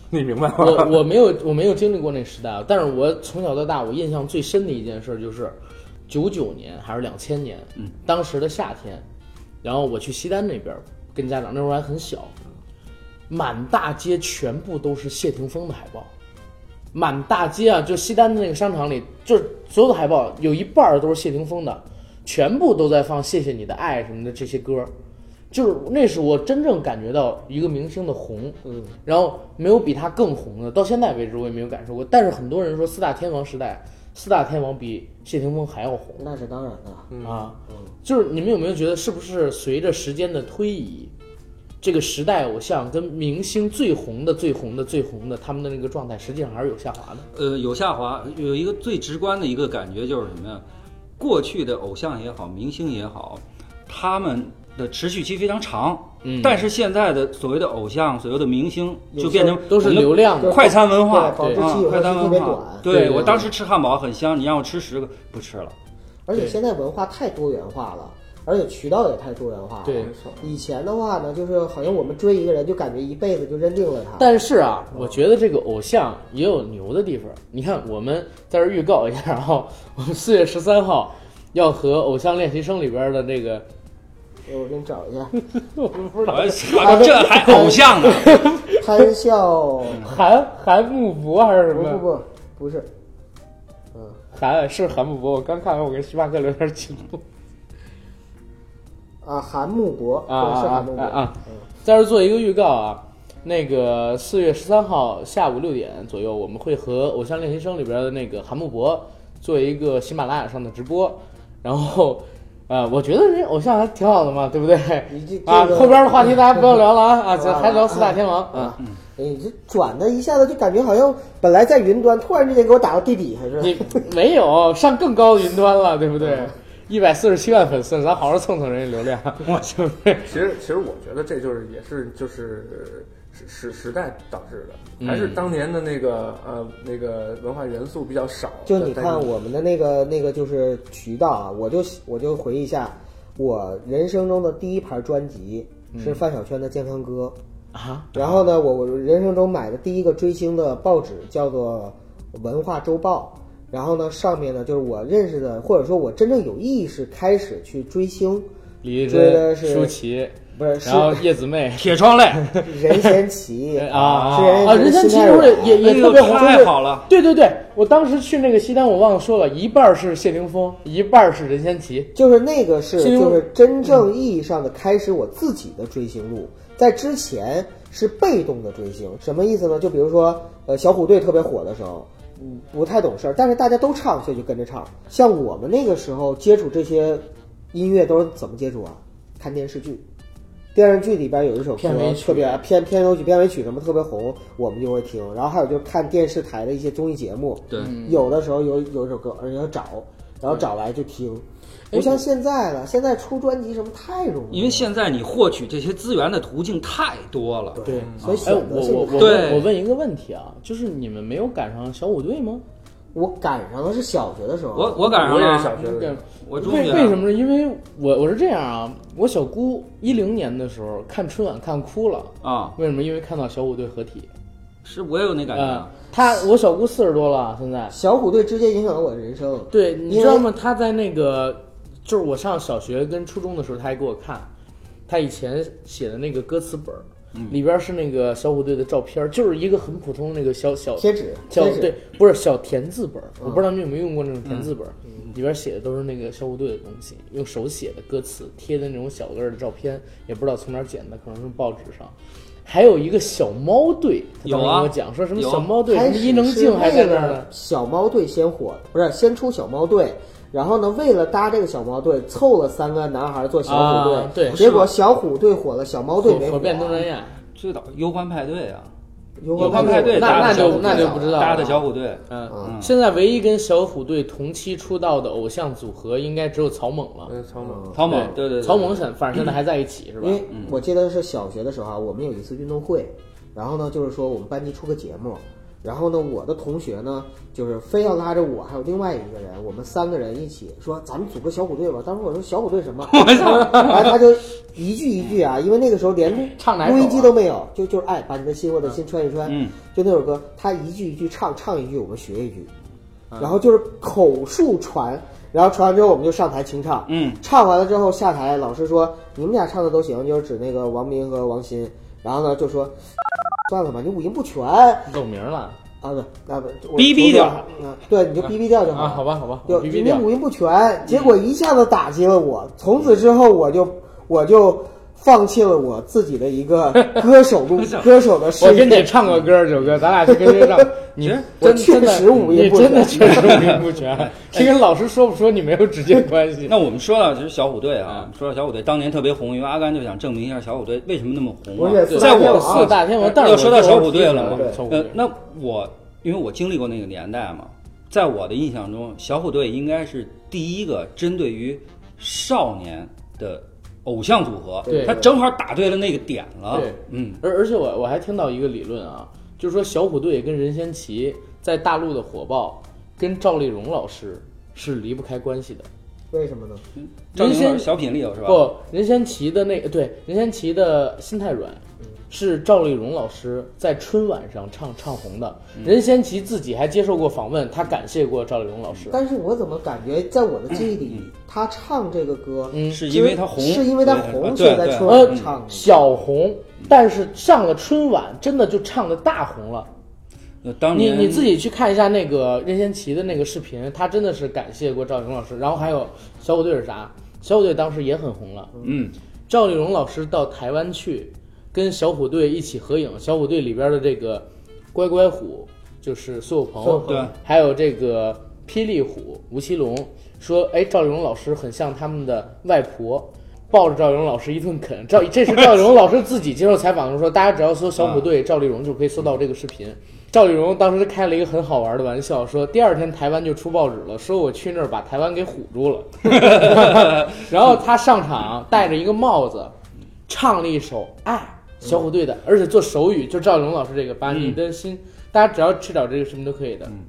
你明白吗？
我我没有我没有经历过那时代，啊，但是我从小到大我印象最深的一件事就是，九九年还是两千年，嗯，当时的夏天，然后我去西单那边跟家长，那时候还很小，满大街全部都是谢霆锋的海报。满大街啊，就西单的那个商场里，就是所有的海报有一半儿都是谢霆锋的，全部都在放《谢谢你的爱》什么的这些歌儿，就是那是我真正感觉到一个明星的红，嗯，然后没有比他更红的，到现在为止我也没有感受过。但是很多人说四大天王时代四大天王比谢霆锋还要红。
那是当然的。
啊，就是你们有没有觉得，是不是随着时间的推移，这个时代偶像跟明星最红的、最红的、最红的，他们的那个状态，实际上还是有下滑的。
呃，有下滑，有一个最直观的一个感觉就是什么呀？过去的偶像也好，明星也好，他们的持续期非常长。
嗯
但是现在的所谓的偶像，所谓的明星，
有
就变成
都是流量的
我们的快餐文化，
对保质
啊
嗯
期有
快
的时
餐
候特
文
别
化
短。
对对
我当时吃汉堡很香，你让我吃十个，不吃了。
而且现在文化太多元化了，而且渠道也太多元化了。
对
以前的话呢，就是好像我们追一个人，就感觉一辈子就认定了他。
但是啊，我觉得这个偶像也有牛的地方。你看，我们在这儿预告一下，然后我们四月十三号要和《偶像练习生》里边的这个，
哎我给你找一下，
我不知道啊
我这还偶像 呢？
潘笑，
韩韩木博还是什
不
么？
不不，不是，嗯，
韩是韩木博。我刚看完，我跟星巴克聊天记录。
啊，韩木博，
啊啊
对，是韩木博
啊啊
嗯
在这儿做一个预告啊，那个四月十三号下午六点左右，我们会和《偶像练习生》里边的那个韩木博做一个喜马拉雅上的直播，然后。呃，我觉得人偶像还挺好的嘛，对不对
你这？
啊，
这个
后边的话题大家不要聊了 啊，啊，
嗯
这还聊四大天王啊。
哎，你这转的一下子就感觉好像本来在云端，突然之间给我打到地底下似
你
的。
没有上更高的云端了，对不对？一百四十七万粉丝，咱好好蹭蹭人家流量，我就是
其实，其实我觉得这就是也是就是时时时代导致的，还是当年的那个呃那个文化元素比较少。
就你看
但是
我们的那个那个就是渠道啊，我就我就回忆一下，我人生中的第一盘专辑是范晓萱的《健康歌》
嗯啊，
然后呢，我我人生中买的第一个追星的报纸叫做《文化周报》，然后呢，上面呢就是我认识的，或者说我真正有意识开始去追星，
李丽
追
珍、
的是
舒淇，
不是是
然后叶子妹，
铁窗泪，
任贤齐
啊
是任
啊！任贤齐
齐
不
心太
是
软
也也
哎
特
呦
别红，
太
就是
好了
对对对，我当时去那个西单，我忘了说了，一半儿是谢霆锋，一半儿是任贤齐。
就是那个是
是因为
就是真正意义上的开始我自己的追星路，在之前是被动的追星，什么意思呢？就比如说呃小虎队特别火的时候，嗯不太懂事儿，但是大家都唱，所以就跟着唱。像我们那个时候接触这些音乐都是怎么接触啊？看电视剧。电视剧里边有一首歌
片尾曲
特别片片头曲、片尾曲什么特别红，我们就会听。然后还有就是看电视台的一些综艺节目，
对，
嗯
有的时候有有一首歌，而且要找，然后找来就听，
哎
不像现在了，现在出专辑什么太容易了，
因为现在你获取这些资源的途径太多了。
对，所
哎，
以选择
我
性
我
太
我
对
问我问一个问题啊，就是你们没有赶上小虎队吗？
我赶上的是小学的时候，
我我赶上
我也是
了
小，学的
对
时候，
我啊中
为
学
为什么呢？因为我我是这样啊，我小姑一零年的时候看春晚看哭了，
啊？
为什么？因为看到小虎队合体。
是我也有那感觉
嗯
啊。，
她我小姑四十多了，啊现在
小虎队直接影响了我的人生，
对，你
因
知道
为
吗？他在那个，就是我上小学跟初中的时候，他还给我看，他以前写的那个歌词本儿，
嗯
里边是那个小虎队的照片儿，就是一个很普通的那个小小
贴纸
小
贴纸嗯
对，不是小田字本儿，我不知道你有没有用过那种田字本
嗯
儿，里边写的都是那个小虎队的东西，用手写的歌词，贴的那种小个儿的照片，也不知道从哪儿捡的，可能是报纸上。还有一个小猫队，他当
有
时
啊
跟我讲说什么
有啊
小猫队，什
开
么
始
伊能
是
静还在
为
那儿
了
呢。
小猫队先火，不是先出小猫队。然后呢，为了搭这个小猫队，凑了三个男孩做小虎队，
啊对
结果小虎队火了，小猫队
火
没
火遍东
火啊
南亚，
最早忧欢派对啊，
有
有
欢
欢派对
那那
搭的小
就
虎
那
队
就不知道
搭的
了
小虎队，
嗯，现在唯一跟小虎队同期出道的偶像组合，应该只有草蜢了。
嗯，草蜢
草蜢，对对，
草蜢现反正现在还在一起是吧嗯
因？为我记得是小学的时候啊，我们有一次运动会，然后呢，就是说我们班级出个节目，然后呢，我的同学呢，就是非要拉着我还有另外一个人，我们三个人一起说咱们组个小虎队吧。当时我说小虎队 什么？然后他就一句一句啊，因为那个时候连
唱哪首啊
录音机都没有，就就是爱把你的心我的心穿一穿，
嗯
就那首歌，他一句一句唱，唱一句我们学一句，然后就是口述传。然后传完之后，我们就上台清唱。
嗯，
唱完了之后下台，老师说你们俩唱的都行，就是指那个王斌和王鑫。然后呢，就说 算了吧，你五音不全啊，
走名了
不，那不我
逼逼掉
啊，对，你就逼逼掉就好
啊！
了。
好吧，好吧，
就
我逼
因
逼
为
掉。
五音不全，结果一下子打击了我。从此之后，我就我就放弃了我自己的 一个歌手路歌手的事
我
业。
给你唱个歌，九哥，咱俩去跟谁 唱？你
我
真真
确实
的，
五
你
音不
真的
全
确实五音不全， 这跟老师说不说你没有直接关 系。
那我们说到就是小虎队啊，说到小虎队当年特别红，因为阿甘就想证明一下小虎队为什么那么红、啊。
不是
对
在
四大天
我
王
四大天王，但是
要说到小虎队
了
了
对
嘛，
呃，那我因为我经历过那个年代嘛，在我的印象中，小虎队应该是第一个针对于少年的偶像组合，
对
他正好打对了那个点了。
对
嗯，
而而且我我还听到一个理论啊，就是说小虎队跟任贤齐在大陆的火爆，跟赵丽蓉老师是离不开关系的。
为什么呢？
赵
任
丽
贤
蓉小品里有是吧？
不，任贤齐的那个对任贤齐的心太软，
嗯
是赵丽蓉老师在春晚上唱唱红的。
嗯
任贤齐自己还接受过访问，他感谢过赵丽蓉老师。
但是我怎么感觉，在我的记忆里，他唱这个歌，
嗯
是因为他红，
是因为他
对
红，
啊
所以
对
在
对
春
呃
晚唱嗯的。
小红，但是上了春晚，真的就唱的大红了。
呃当
你
年
你自己去看一下那个任贤齐的那个视频，他真的是感谢过赵丽蓉老师。然后还有小虎队是啥？小虎队当时也很红了。
嗯，
赵丽蓉老师到台湾去，跟小虎队一起合影。小虎队里边的这个乖乖虎，就是苏有
苏有
朋，
朋
对
还有这个霹雳虎吴奇隆，说哎，赵丽蓉老师很像他们的外婆。抱着赵丽蓉老师一顿啃，赵 这是赵丽蓉老师自己接受采访的时候说，大家只要搜小虎队赵丽蓉就可以搜到这个视频。赵丽蓉当时开了一个很好玩的玩笑，说第二天台湾就出报纸了，说我去那儿把台湾给唬住了。 然后他上场戴着一个帽子，唱了一首《爱》，
嗯
小虎队的，而且做手语，就赵丽蓉老师这个，把你的心，大家只要去找这个视频都可以的。
嗯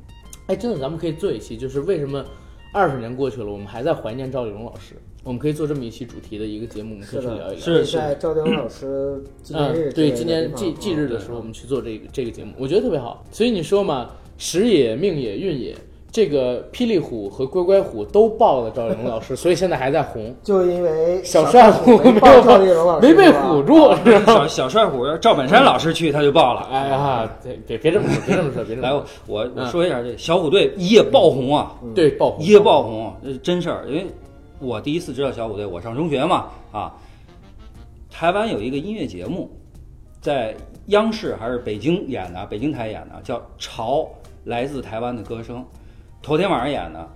哎，真的，咱们可以做一期，就是为什么二十年过去了，我们还在怀念赵丽蓉老师。我们可以做这么一期主题的一个节目，我们可以去聊一聊。
是是
在赵丽蓉老师纪
嗯，
念日之类
对，
的
今年
地方啊
忌忌日的
对
时候，我们去做这个这个节目，我觉得特别好。所以你说嘛，时也命也运也，这个霹雳虎和乖乖虎都爆了赵丽蓉老师，所以现在还在红。
就因为
小帅
帅
虎
没
有
抱赵丽蓉老师，啊
没被唬住，是吧？
小小帅虎赵本山老师去他就爆了。
哎呀，别别别这么说， 别这么说，别这么
来，我
说。
我我
嗯
说一下这小虎队一夜爆红啊，
对，爆红
一夜爆红，这是真事儿。因为我第一次知道小虎队，我上中学嘛啊。台湾有一个音乐节目，在央视还是北京演的，北京台演的，叫《潮来自台湾的歌声》，头天晚上演的。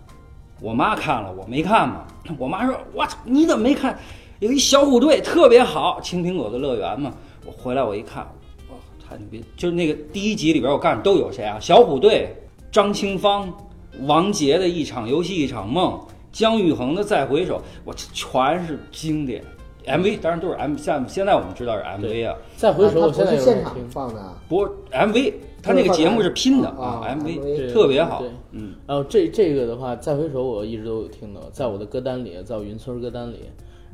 我妈看了，我没看嘛。我妈说：“我操，你怎么没看？有一小虎队特别好，《青苹果的乐园》嘛。”我回来我一看，哇，太牛逼！就是那个第一集里边，我告诉你都有谁啊？小虎队、张清芳、王杰的一场游戏一场梦，姜育恒的再回首，我这全是经典 MV，当然都是 M，现现在我们知道是 MV 啊，
再回首，
他
我现
不
在
是
有点
现场
听。
放的啊，
不过 MV 它那个节目是拼的
啊啊
MV
MV
特别好
对，
嗯，
然后哦这这个的话，再回首我一直都有听到，在我的歌单里，在我云村歌单里。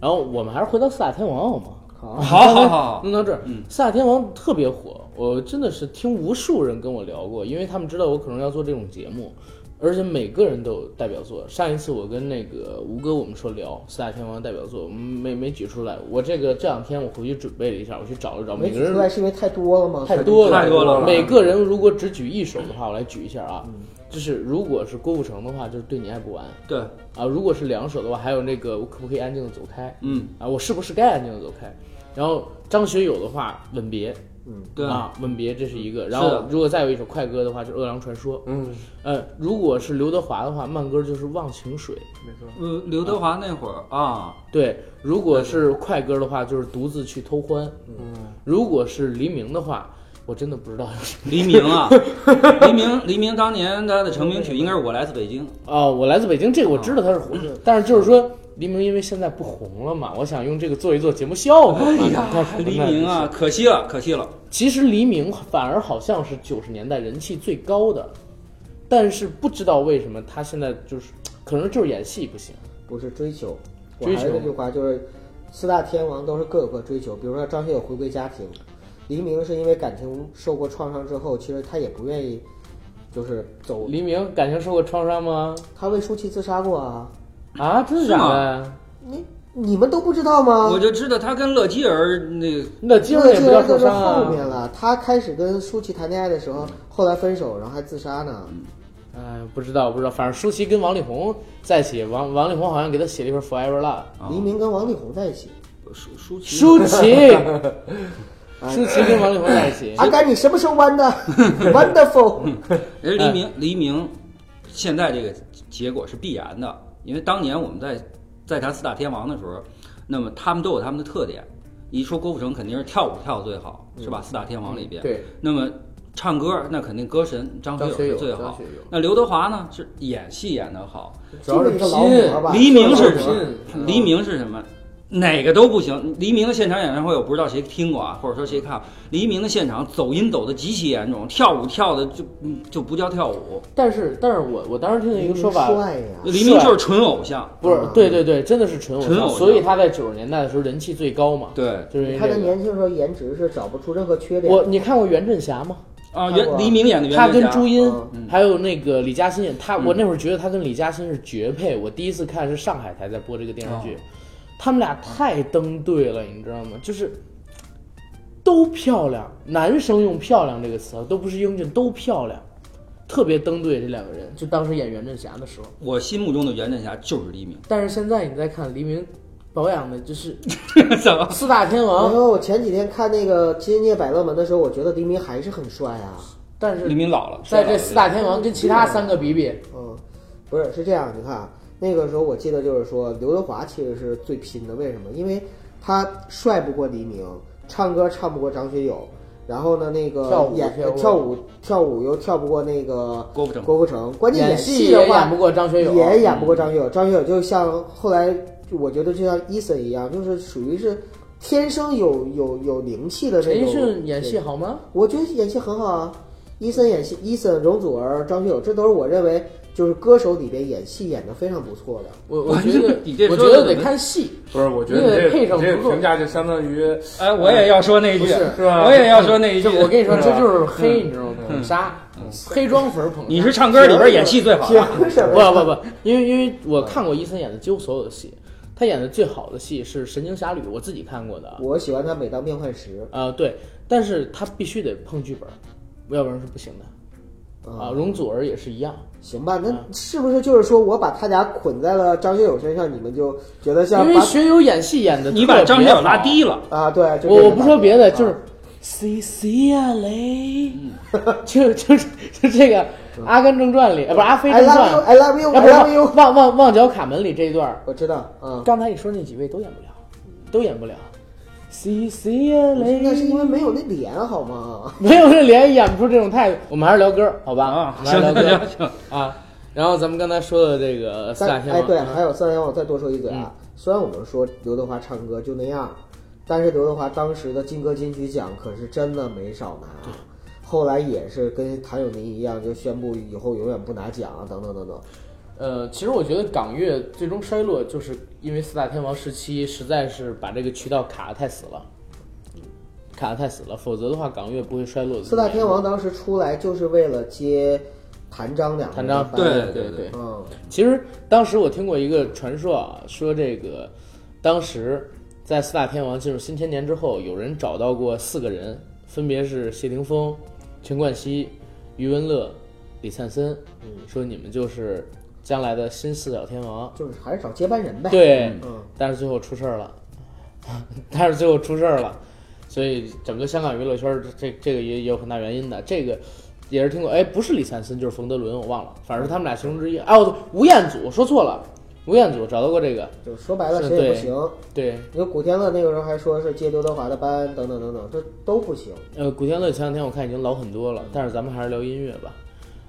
然后我们还是回到四大天王好吗？
好
嗯
好好好嗯好，
弄到这儿，四大天王特别火，我真的是听无数人跟我聊过，因为他们知道我可能要做这种节目，而且每个人都有代表作。上一次我跟那个吴哥我们说聊四大天王代表作，我们没没举出来。我这个这两天我回去准备了一下，我去找了找，每
没
个
举出来
人
是因为太多了吗？
太多了，
太多了嗯
每个人如果只举一首的话，我来举一下啊，就是如果是郭富城的话，就是对你爱不完
对，
啊；如果是两首的话，还有那个我可不可以安静的走开
嗯，
啊，我是不是该安静的走开？然后张学友的话，吻别。
对，嗯
啊，吻别这是一个。然后
是的
如果再有一首快歌的话，就是《饿狼传说》。
嗯，
呃，如果是刘德华的话，慢歌就是《忘情水》。
没错。
呃，刘德华那会儿啊，
对，如果是快歌的话，就是《独自去偷欢》。嗯，如果是黎明的话，我真的不知道有什么。
黎明 啊，黎明，黎明当年他的成名曲应该是《我来自北京》，
哦，我来自北京，这个我知道他是火，但是就是说。黎明因为现在不红了嘛，我想用这个做一做节目效果嘛。哎呀
黎明啊，可惜了，可惜了，
其实黎明反而好像是九十年代人气最高的，但是不知道为什么他现在就是，可能就是演戏不行。
不是追求，我
追
还是
求
那句话，就是四大天王都是各有各追求。比如说张学友回归家庭，黎明是因为感情受过创伤之后，其实他也不愿意，就是走。
黎明感情受过创伤吗？
他为舒淇自杀过啊，
啊，真的
是
假
吗
的？
你你们都不知道
啊
吗？
我就知道他跟乐基儿那个
那今儿
这
也不
个
叫
就
受
是
伤
后面
啊。
了，他开始跟舒淇谈恋爱的时候，后来分手，然后还自杀呢。
哎，不知道不知道，反正舒淇跟王力宏在一起，王王力宏好像给他写了一份《Forever Love》。
啊
黎明跟王力宏在一起，
舒舒淇
舒淇， 啊舒淇跟王力宏在一起，
阿啊甘，你什么时候弯 的？Wonderful，
人呃黎
哎
明，黎明现在这个结果是必然的，因为当年我们在在谈四大天王的时候，那么他们都有他们的特点。一说郭富城，肯定是跳舞跳的最好，
嗯
是吧？四大天王里边，
对，
那么唱歌那肯定歌神张
张
学
学
友
友
是最
张
好
学友。
那刘德华呢，是演戏演得好。
这
主要
个
是
是个老活吧？
黎明是什
什么？
么？黎明是什么？哪个都不行。黎明的现场演唱会，我不知道谁听过啊，或者说谁看。黎明的现场走音走的极其严重，跳舞跳的就嗯就不叫跳舞。
但是，但是我我当时听了一个说法，
帅呀，
黎明就是纯偶像，
不是
嗯，
对对对，真的是纯偶
纯偶
像，
像
所以他在九十年代的时候人气最高嘛，
对
就是因
他
为
在
这个。
年轻的时候颜值是找不出任何缺点。
我你看过袁振霞吗？
啊，
看过
袁黎明演的袁
他
振
跟
霞
朱茵
嗯
还有那个李嘉欣演，他我那会儿觉得他跟李嘉欣是绝配。我第一次看是上海台在播这个电视剧，他们俩太登对了，你知道吗？就是都漂亮，男生用漂亮这个词啊都不是英俊，都漂亮，特别登对这两个人。就当时演袁振霞的时候，
我心目中的袁振霞就是黎明，
但是现在你再看黎明，保养的就是
怎么？
四大天
然
王，
后我前几天看那个《今夜百乐门》的时候，我觉得黎明还是很帅啊。
但是
黎明老了，
在这四大天王跟其他三个比比，
嗯，不是，是这样，你看啊，那个时候我记得就是说，刘德华其实是最拼的，为什么？因为他帅不过黎明，唱歌唱不过张学友，然后呢，那个
跳舞
演
跳不过
跳舞跳舞又跳不过那个
郭富城
郭富城，关键
演戏
戏
也
的话
演不过张学友，嗯
也演不过张学友。张学友就像后来，就我觉得就像 Eason 一样，就是属于是天生有有有灵气的那
陈
种。
奕迅演戏好吗？
我觉得演戏很好啊。伊森演戏，伊森、容祖儿、张学友，这都是我认为就是歌手里边演戏演得非常不错的。
我我
我
觉得
这你这
我觉
说的
得
怎
得
么
看戏，
不是，我觉得
因为
你
配
这
上
个你这
不
个
错
评价就相当于
哎，我也要说那一句，
不是
是吧
我也要说那一句
就，我跟你说，
是
这
吧
就是嗯黑，你知道吗？捧杀，黑装粉儿捧杀。
你是唱歌里边演戏最好的，
凭什
不
么？
不不，因为因为我看过伊森演的几乎所有的戏，他演的最好的戏是《神经侠侣》，我自己看过的。
我喜欢他每当变幻时。
呃，对，但是他必须得碰剧本，要不然是不行的。啊，嗯容祖儿也是一样，
行吧，那是不是就是说我把他俩捆在了张学友身上，你们就觉得像
因为
把
学友演戏演的
你把张学友拉低了。
啊？对，就
我我不说别的，
啊
就是 C C 啊嘞， 就就是就这个《阿甘正传》里，呃不是《阿飞
I
正
love you,
传
I》，love you,
要哎
I
不
love
是
you。
旺旺旺角卡门里这一段儿，
我知道，嗯，
刚才你说那几位都演不了，都演不了。C C 啊嘞，
那是因为没有那脸好吗？
没有这脸演不出这种态度。我们还是聊歌儿，好吧？
啊
我们还是聊歌
行
儿
行行
啊。然后咱们刚才说的这个四大
但
天
哎，
王，
对，还有四大天王，我再多说一嘴啊。
嗯
虽然我们说刘德华唱歌就那样，但是刘德华当时的金歌金曲奖可是真的没少拿。啊后来也是跟谭咏麟一样，就宣布以后永远不拿奖啊，等等等等。
呃，其实我觉得港乐最终衰落，就是因为四大天王时期实在是把这个渠道卡得太死了，卡得太死了，否则的话港乐不会衰落的。
四大天王当时出来就是为了接谭张两个
谭
人
张，
班
对
对
对
对。
嗯，
其实当时我听过一个传说啊，说这个当时在四大天王进入新千年之后，有人找到过四个人，分别是谢霆锋、陈冠希、余文乐、李灿森，嗯说你们就是将来的新四小天王。
就是还是找接班人呗。，
对，
嗯
但是最后出事儿了， 但是最后出事儿了，所以整个香港娱乐圈儿这这这个也也有很大原因的。这个也是听过，哎，不是李灿森就是冯德伦，我忘了，反正是他们俩其中之一。哎，我吴彦祖说错了，吴彦祖找到过这个，
就说白了
是
谁也不
对
行。
对，
因为古天乐那个时候还说是接刘德华的班，等等等等，这都不行。
呃，古天乐前两天我看已经老很多了，但是咱们还是聊音乐吧。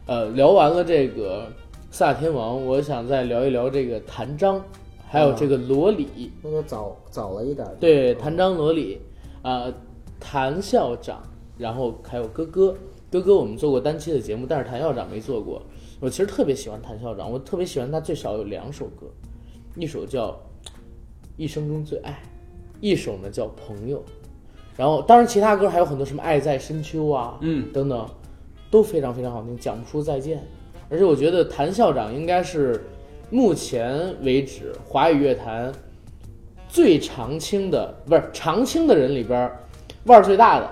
呃，聊完了这个四大天王，我想再聊一聊这个谭张，还有这个罗里。
那就早早了一点。嗯
对，谭张罗李，呃，谭校长，然后还有哥哥，哥哥我们做过单期的节目，但是谭校长没做过。我其实特别喜欢谭校长，我特别喜欢他最少有两首歌，一首叫《一生中最爱》，一首呢叫《朋友》。然后，当然其他歌还有很多什么《爱在深秋》啊，
嗯，
等等，都非常非常好听，讲不出再见。而且我觉得谭校长应该是目前为止华语乐坛最常青的，不是常青的人里边儿腕儿最大的，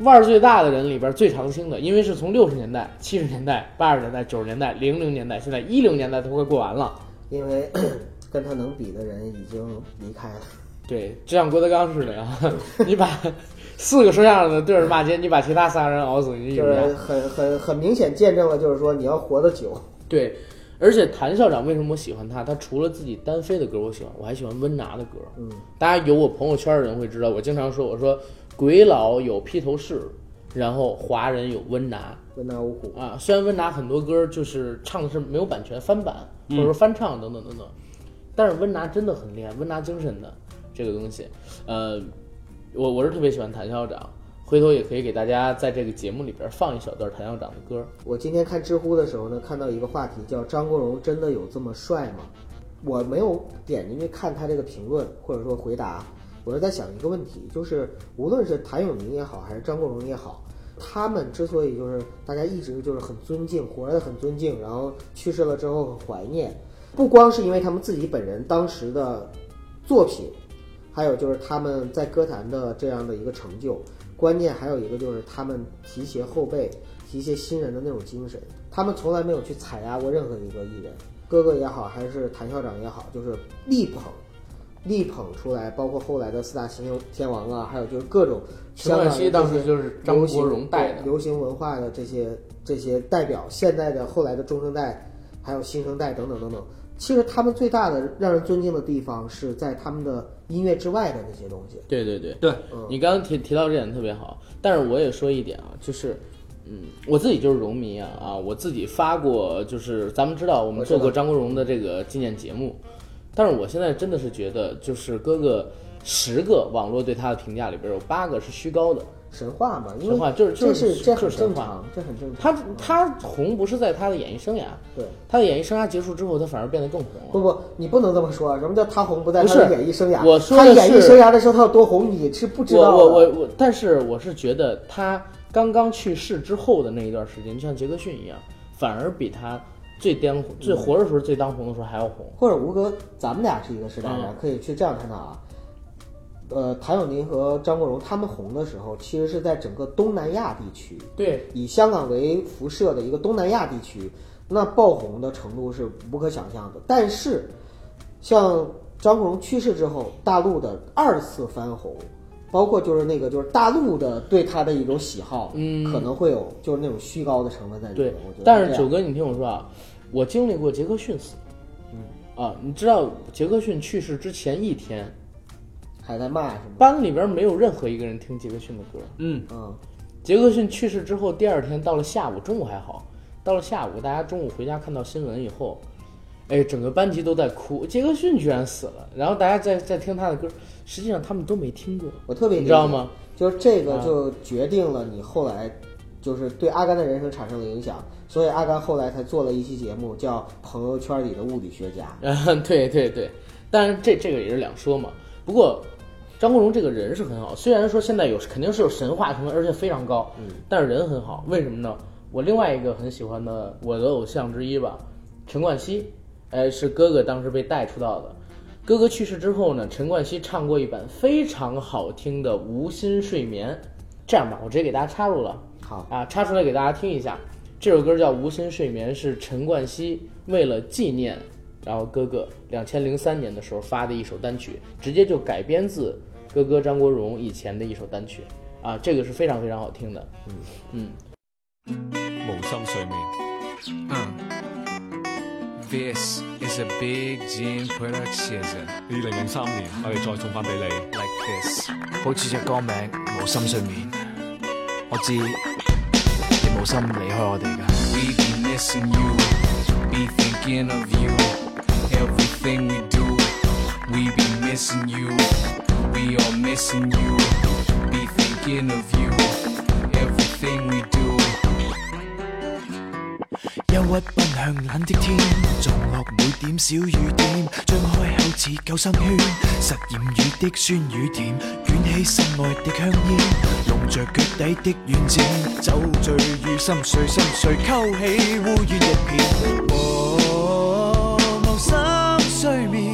腕儿最大的人里边儿最常青的，因为是从六十年代、七十年代、八十年代、九十年代、零零年代，现在一 零年代都快过完了。
因为跟他能比的人已经离开了。
对，就像郭德纲似的呀， 你把四个说相声的对着骂街，你把其他仨人熬死，你有
就是
没有？
很很很明显见证了，就是说你要活得久，
对，而且谭校长为什么我喜欢他？他除了自己单飞的歌我喜欢，我还喜欢温拿的歌。嗯，大家有我朋友圈的人会知道，我经常说，我说鬼佬有披头士，然后华人有温拿
温拿五虎。
啊。虽然温拿很多歌就是唱的是没有版权翻版或者说翻唱等等等等，但是温拿真的很厉害，温拿精神的这个东西，呃，我我是特别喜欢谭校长。回头也可以给大家在这个节目里边放一小段谭校长的歌。
我今天看知乎的时候呢，看到一个话题叫“张国荣真的有这么帅吗？”我没有点进去看他这个评论或者说回答，我是在想一个问题，就是无论是谭咏麟也好，还是张国荣也好，他们之所以就是大家一直就是很尊敬，活着很尊敬，然后去世了之后很怀念，不光是因为他们自己本人当时的作品，还有就是他们在歌坛的这样的一个成就。关键还有一个就是他们提携后辈、提携新人的那种精神，他们从来没有去踩压过任何一个艺人，哥哥也好，还是谭校长也好，就是力捧。力捧出来，包括后来的四大新天王啊，还有就是各种
陈
香港
冠
的这
希
些
当时就是张国荣带的，
流行文化的这些这些代表，现在的后来的中生代，还有新生代等等等等。其实他们最大的让人尊敬的地方是在他们的音乐之外的那些东西。
对对对，
对，
你刚刚提提到这点特别好，但是我也说一点啊，就是，嗯，我自己就是荣迷啊啊，我自己发过，就是咱们知道我们
我知道
做过张国荣的这个纪念节目，但是我现在真的是觉得，就是哥哥十个网络对他的评价里边有八个是虚高的，
神话嘛，因为
神话就是
这
就是
这很
就是神
正
话
常，这很正常。
他他红不是在他的演艺生涯，
对，
他的演艺生涯结束之后，他反而变得更红了。
不不，你不能这么说。什么叫他红不在
不
他
是
的演艺生涯？
我说
他
的
演艺
是
生涯的时候他有多红，你是不知道的。啊
我我我我，但是我是觉得他刚刚去世之后的那一段时间，就像杰克逊一样，反而比他最当
嗯
最活着时候最当红的时候还要红。
或者吴哥，咱们俩是一个时代
嗯
人，可以去这样看看啊。呃，谭咏麟和张国荣他们红的时候，其实是在整个东南亚地区，
对，
以香港为辐射的一个东南亚地区，那爆红的程度是无可想象的。但是，像张国荣去世之后，大陆的二次翻红，包括就是那个就是大陆的对他的一种喜好，嗯，可能会有就是那种虚高的成分在里面
对。
我觉得这样，
但是九哥，你听我说啊，我经历过杰克逊死，嗯啊，你知道杰克逊去世之前一天，
还在骂什么？
班里边没有任何一个人听杰克逊的歌。
嗯，
嗯，
杰克逊去世之后，第二天到了下午，中午还好，到了下午，大家中午回家看到新闻以后，哎，整个班级都在哭，杰克逊居然死了，然后大家在在听他的歌，实际上他们都没听过，
我特别
你
理
知道
解
吗？啊
就是这个就决定了你后来就是对阿甘的人生产生了影响，所以阿甘后来才做了一期节目叫《朋友圈里的物理学家》。
嗯， 对对对，当然这这个也是两说嘛。不过张国荣这个人是很好，虽然说现在有肯定是有神话成分，而且非常高，嗯，但是人很好，为什么呢？我另外一个很喜欢的我的偶像之一吧，陈冠希，哎，是哥哥当时被带出道的。哥哥去世之后呢，陈冠希唱过一版非常好听的《无心睡眠》。这样吧，我直接给大家插入了。
好，
啊，插出来给大家听一下。这首歌叫《无心睡眠》，是陈冠希为了纪念，然后哥哥两千零三年的时候发的一首单曲，直接就改编自哥哥张国荣以前的一首单曲啊，这个是非常非常好听的。嗯嗯，
无心睡眠。
Mm. This is a big Jim production
二零零三年，我哋再送翻俾你。
like this。好似只歌名無心睡眠，我知你無心離開我哋㗎。We be missing you, be thinking of you. Everything we do, we be missing you. We are missing you, be thinking of you. Everything we do.
忧郁奔向冷的天，撞落每點小雨點，張開口似救生圈，實驗雨的酸與甜，捲起心愛的香煙，用着腳底的軟墊，酒醉與心碎，心碎勾起烏煙一片。
我無心睡眠，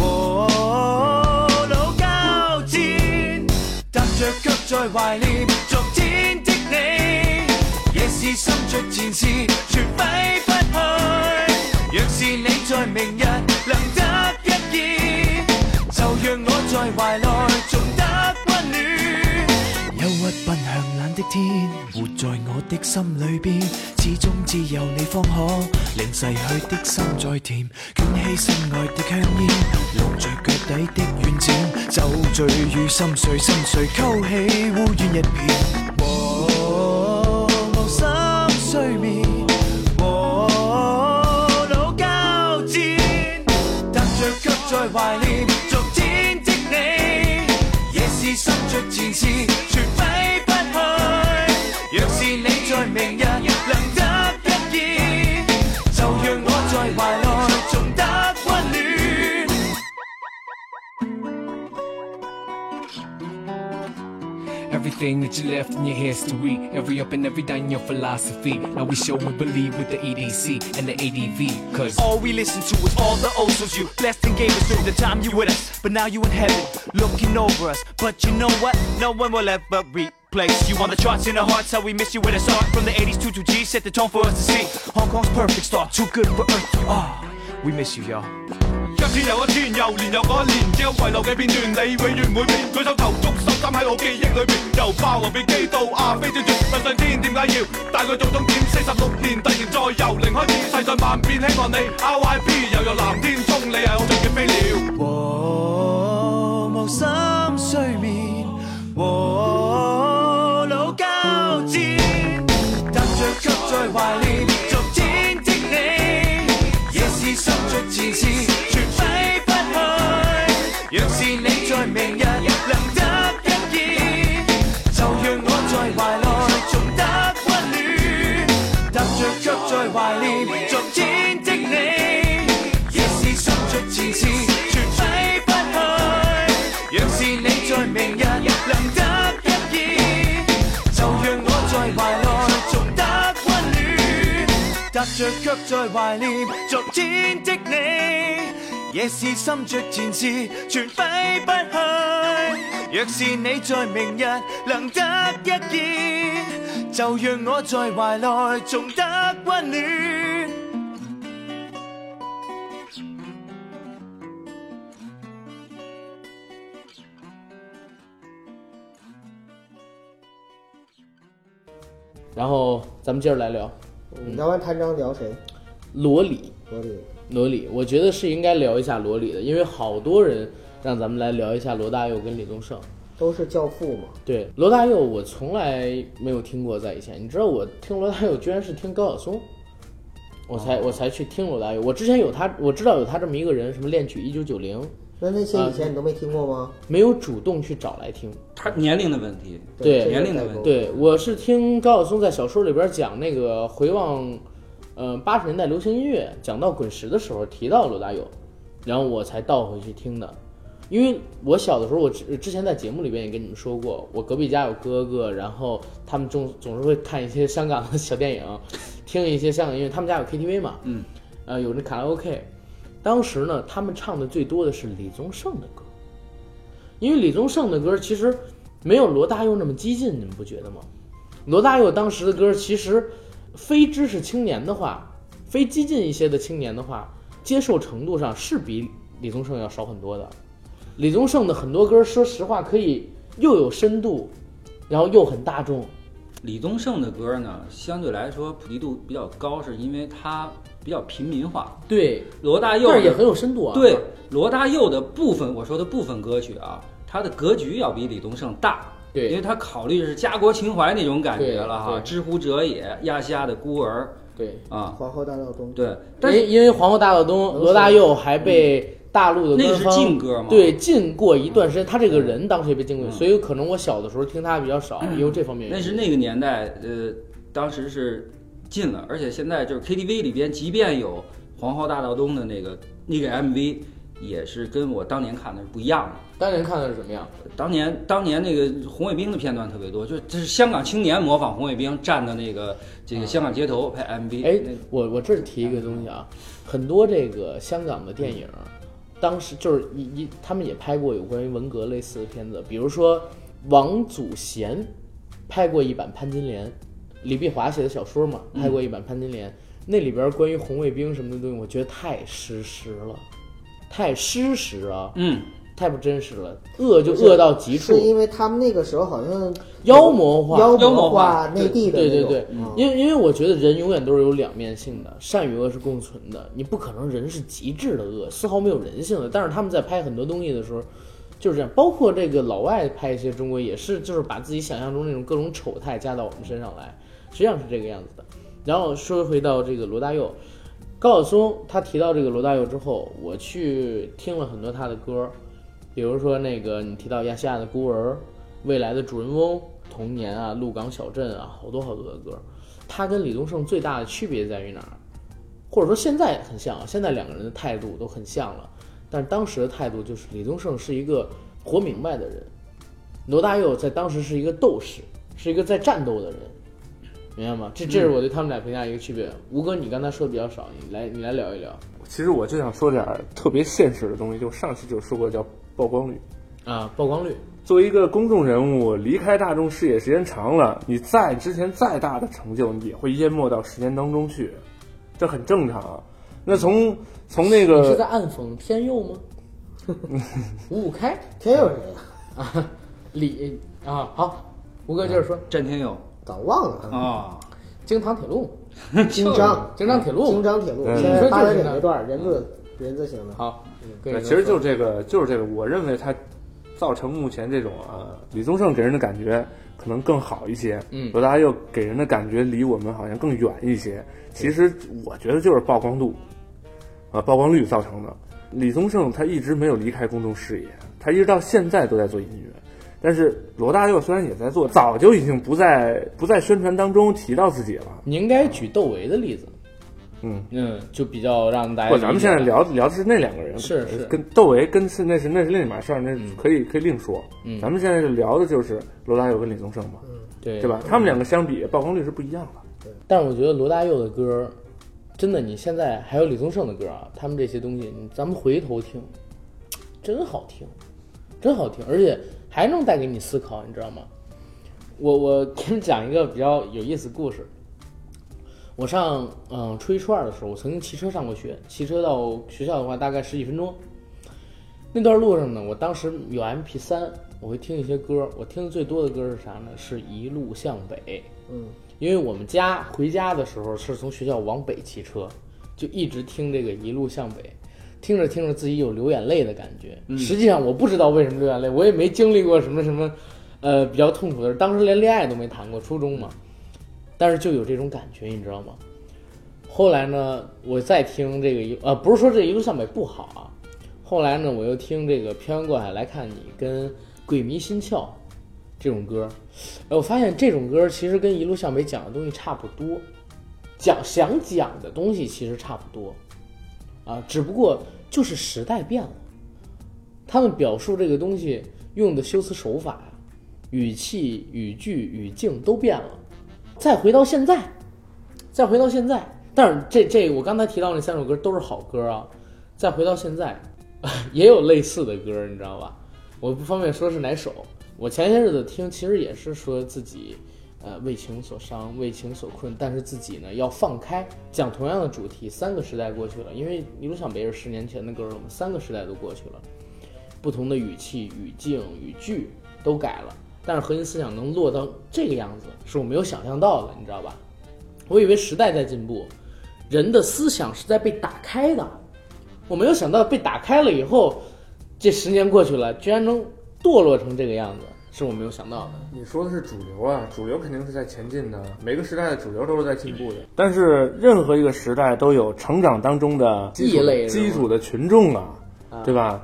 我老交戰，踏着腳在懷念昨天的你，夜是心着前事，全揮不去。若是你在明日能得一見，就讓我在
怀内仲得温暖。忧郁奔向冷的天，活在我的心里边，始终自由你方可令逝去的心再甜，卷起心爱的香烟，露着脚底的软展，酒醉与心碎，心碎勾起烏烟一片。和無心睡眠，和腦交戰。踏着脚在怀念昨天的你，也是心着前事，全挥不去。若是你在明日能得一见，就让我在怀内重得温暖。
Everything that you left in your history, every up and every down in your philosophy. Now we show we believe with the EDC and the ADV. Cause
All we listened to was all the Osos you blessed and gave us through the time you with us. But now you in heaven, looking over us. But you know what? No one will ever replace you on the charts in our hearts. How we miss you with a start from the 80s to 2G set the tone for us to see. Hong Kong's perfect star, too good for Earth. Ah, we miss you, y'all.
一天又一天，又年又嗰年，只有遺留嘅片段，你永遠會變。舉手投足手心喺我記憶裏邊，由霸王別姬到阿飛轉轉，上上天點解要帶佢做終點？四十六年突然再由零開始，世上萬變希望你 RIP，又有藍天中你係我最嘅飛鳥。
和無心睡眠，和老交戰，踏着腳在懷念昨天的你，也是心着前事，全揮不去。若是你在明日能得一見，就讓我在懷內重得温暖，踏着腳在懷念昨天的你。亦是心着前事，全揮不去。若是你在明日能得一見，就讓我在懷內重得温暖，踏着腳在懷念昨天的你。亦是心着前事，全揮不去。若是你在明日能得一見，就讓我在懷內重得温暖。
然后咱们接着来聊
聊完谭张聊谁？
罗里，
罗里，
罗里，我觉得是应该聊一下罗里的，因为好多人让咱们来聊一下罗大佑跟李宗盛。
都是教父嘛。
对，罗大佑我从来没有听过，在以前，你知道我听罗大佑居然是听高晓松，我才、我才去听罗大佑。我之前有他，我知道有他这么一个人，什么恋曲一九九零，
那那些
啊
以前你都没听过吗？
没有主动去找来听。
他年龄的问题，
对
年龄的问题
对，我是听高晓松在小说里边讲那个回望，嗯、八十年代流行音乐，讲到滚石的时候提到罗大佑，然后我才倒回去听的。因为我小的时候，我之之前在节目里边也跟你们说过，我隔壁家有哥哥，然后他们总总是会看一些香港的小电影，听一些香港音乐。他们家有 KTV 嘛，嗯，呃，有那卡拉 OK。当时呢，他们唱的最多的是李宗盛的歌，因为李宗盛的歌其实没有罗大佑那么激进，你们不觉得吗？罗大佑当时的歌其实非知识青年的话，非激进一些的青年的话，接受程度上是比李宗盛要少很多的。李宗盛的很多歌，说实话可以又有深度，然后又很大众。
李宗盛的歌呢，相对来说普及度比较高，是因为他比较平民化。
对，
罗大佑
但是也
的
很有深度啊。
对，罗大佑的部分，我说的部分歌曲啊，他的格局要比李宗盛大。
对
因为他考虑的是家国情怀那种感觉了哈，
对对
《知乎者也》《亚细亚的孤儿
对，》
啊，
皇后大道东，
对，
因
但
为
是
因为皇后大道东，罗大佑还被大陆的
那个
官
是
方
禁歌嘛
对禁过一段时间。他这个人当时也被禁过，
嗯
所以可能我小的时候听他比较少，也有这方面原
那
因。
是那个年代，呃，当时是禁了，而且现在就是 KTV 里边，即便有《皇后大道东》的那个那个 MV，也是跟我当年看的是不一样的。
当年看的是什么样？
当年当年那个红卫兵的片段特别多，就是这是香港青年模仿红卫兵站的那个这个香港街头拍 MV，
哎
那，
我我这儿提一个东西啊，很多这个香港的电影，当时就是一一他们也拍过有关于文革类似的片子，比如说王祖贤拍过一版《潘金莲》，李碧华写的小说嘛，拍过一版《潘金莲》那里边关于红卫兵什么的东西，我觉得太失实了，太失实啊！
嗯，
太不真实了，恶就恶到极处
是，因为他们那个时候好像
妖魔化，
妖
妖魔
化
化
内地的
对
那
对
种，啊
对，因为因为我觉得人永远都是有两面性的，善与恶是共存的，你不可能人是极致的恶，丝毫没有人性的。但是他们在拍很多东西的时候就是这样，包括这个老外拍一些中国也是，就是把自己想象中那种各种丑态加到我们身上来，实际上是这个样子的。然后说回到这个罗大佑，高晓松他提到这个罗大佑之后，我去听了很多他的歌，比如说那个你提到亚细亚的孤儿、未来的主人翁、童年啊、鹿港小镇啊，好多好多的歌。他跟李宗盛最大的区别在于哪儿？或者说现在很像啊，现在两个人的态度都很像了，但是当时的态度就是李宗盛是一个活明白的人，罗大佑在当时是一个斗士，是一个在战斗的人，明白吗？这这是我对他们俩评价一个区别。吴哥，你刚才说的比较少，你来你来聊一聊
其实我就想说点儿特别现实的东西，就上期就说过叫曝光率。
啊，曝光率，
作为一个公众人物，离开大众视野时间长了，你再之前再大的成就，你也会淹没到时间当中去，这很正常。啊那从从那
你是在
个
暗讽天佑 吗？五五开，
天啊佑是谁呀？
李啊，好，吴哥接着说，
詹天佑
早忘了，
啊，
京唐铁路，
京张，
啊京张铁路，
京张铁路，
嗯
现
你说
在
就是
八点
那
那段人字人字形的，
好，嗯跟
对，
人
其
家
实
说
就这个，就是这个。我认为他造成目前这种啊，李宗盛给人的感觉可能更好一些，
嗯
罗大佑给人的感觉离我们好像更远一些。其实我觉得就是曝光度啊，曝光率造成的。李宗盛他一直没有离开公众视野，他一直到现在都在做音乐。但是罗大佑虽然也在做，早就已经不在不在宣传当中提到自己了。
你应该举窦唯的例子，
嗯
嗯，就比较让大家
不，
理解。
咱们现在聊聊的是那两个人，呃
是是
跟窦唯跟是那是那是另一码事儿，那
嗯
可以可以另说。
嗯
咱们现在是聊的就是罗大佑跟李宗盛嘛，
对
对吧？？他们两个相比，曝光率是不一样的。
但是我觉得罗大佑的歌，真的，你现在还有李宗盛的歌啊，他们这些东西，你咱们回头听，真好听，真好听，而且还能带给你思考，你知道吗？我我 给你们讲一个比较有意思的故事。我上嗯初一初二的时候，我曾经骑车上过学，骑车到学校的话大概十几分钟。那段路上呢，我当时有 MP 3我会听一些歌，我听的最多的歌是啥呢？是一路向北。
嗯，
因为我们家回家的时候是从学校往北骑车，就一直听这个一路向北，听着听着自己有流眼泪的感觉。实际上我不知道为什么流眼泪，我也没经历过什么什么，呃，比较痛苦的事。当时连恋爱都没谈过，初中嘛，但是就有这种感觉，你知道吗？后来呢，我再听这个一呃，不是说这一路向北不好啊，后来呢，我又听这个《漂洋过海来看你》跟《鬼迷心窍》这种歌，哎，我发现这种歌其实跟《一路向北》讲的东西差不多，讲想讲的东西其实差不多，啊，只不过就是时代变了，他们表述这个东西用的修辞手法呀、语气、语句、语境都变了。再回到现在，再回到现在，但是这这我刚才提到那三首歌都是好歌啊。再回到现在， 也有类似的歌，你知道吧？我不方便说是哪首。我前些日子听，其实也是说自己，呃，为情所伤，为情所困，但是自己呢要放开，讲同样的主题。三个时代过去了，因为《一路向北》是十年前的歌了嘛，三个时代都过去了，不同的语气、语境、语句都改了，但是核心思想能落到这个样子，是我没有想象到的，你知道吧？我以为时代在进步，人的思想是在被打开的，我没有想到被打开了以后，这十年过去了，居然能堕落成这个样子，是我没有想到的。
你说的是主流啊，主流肯定是在前进的，每个时代的主流都是在进步的。但是任何一个时代都有成长当中的基础
异类是吗
基础的群众啊，对吧？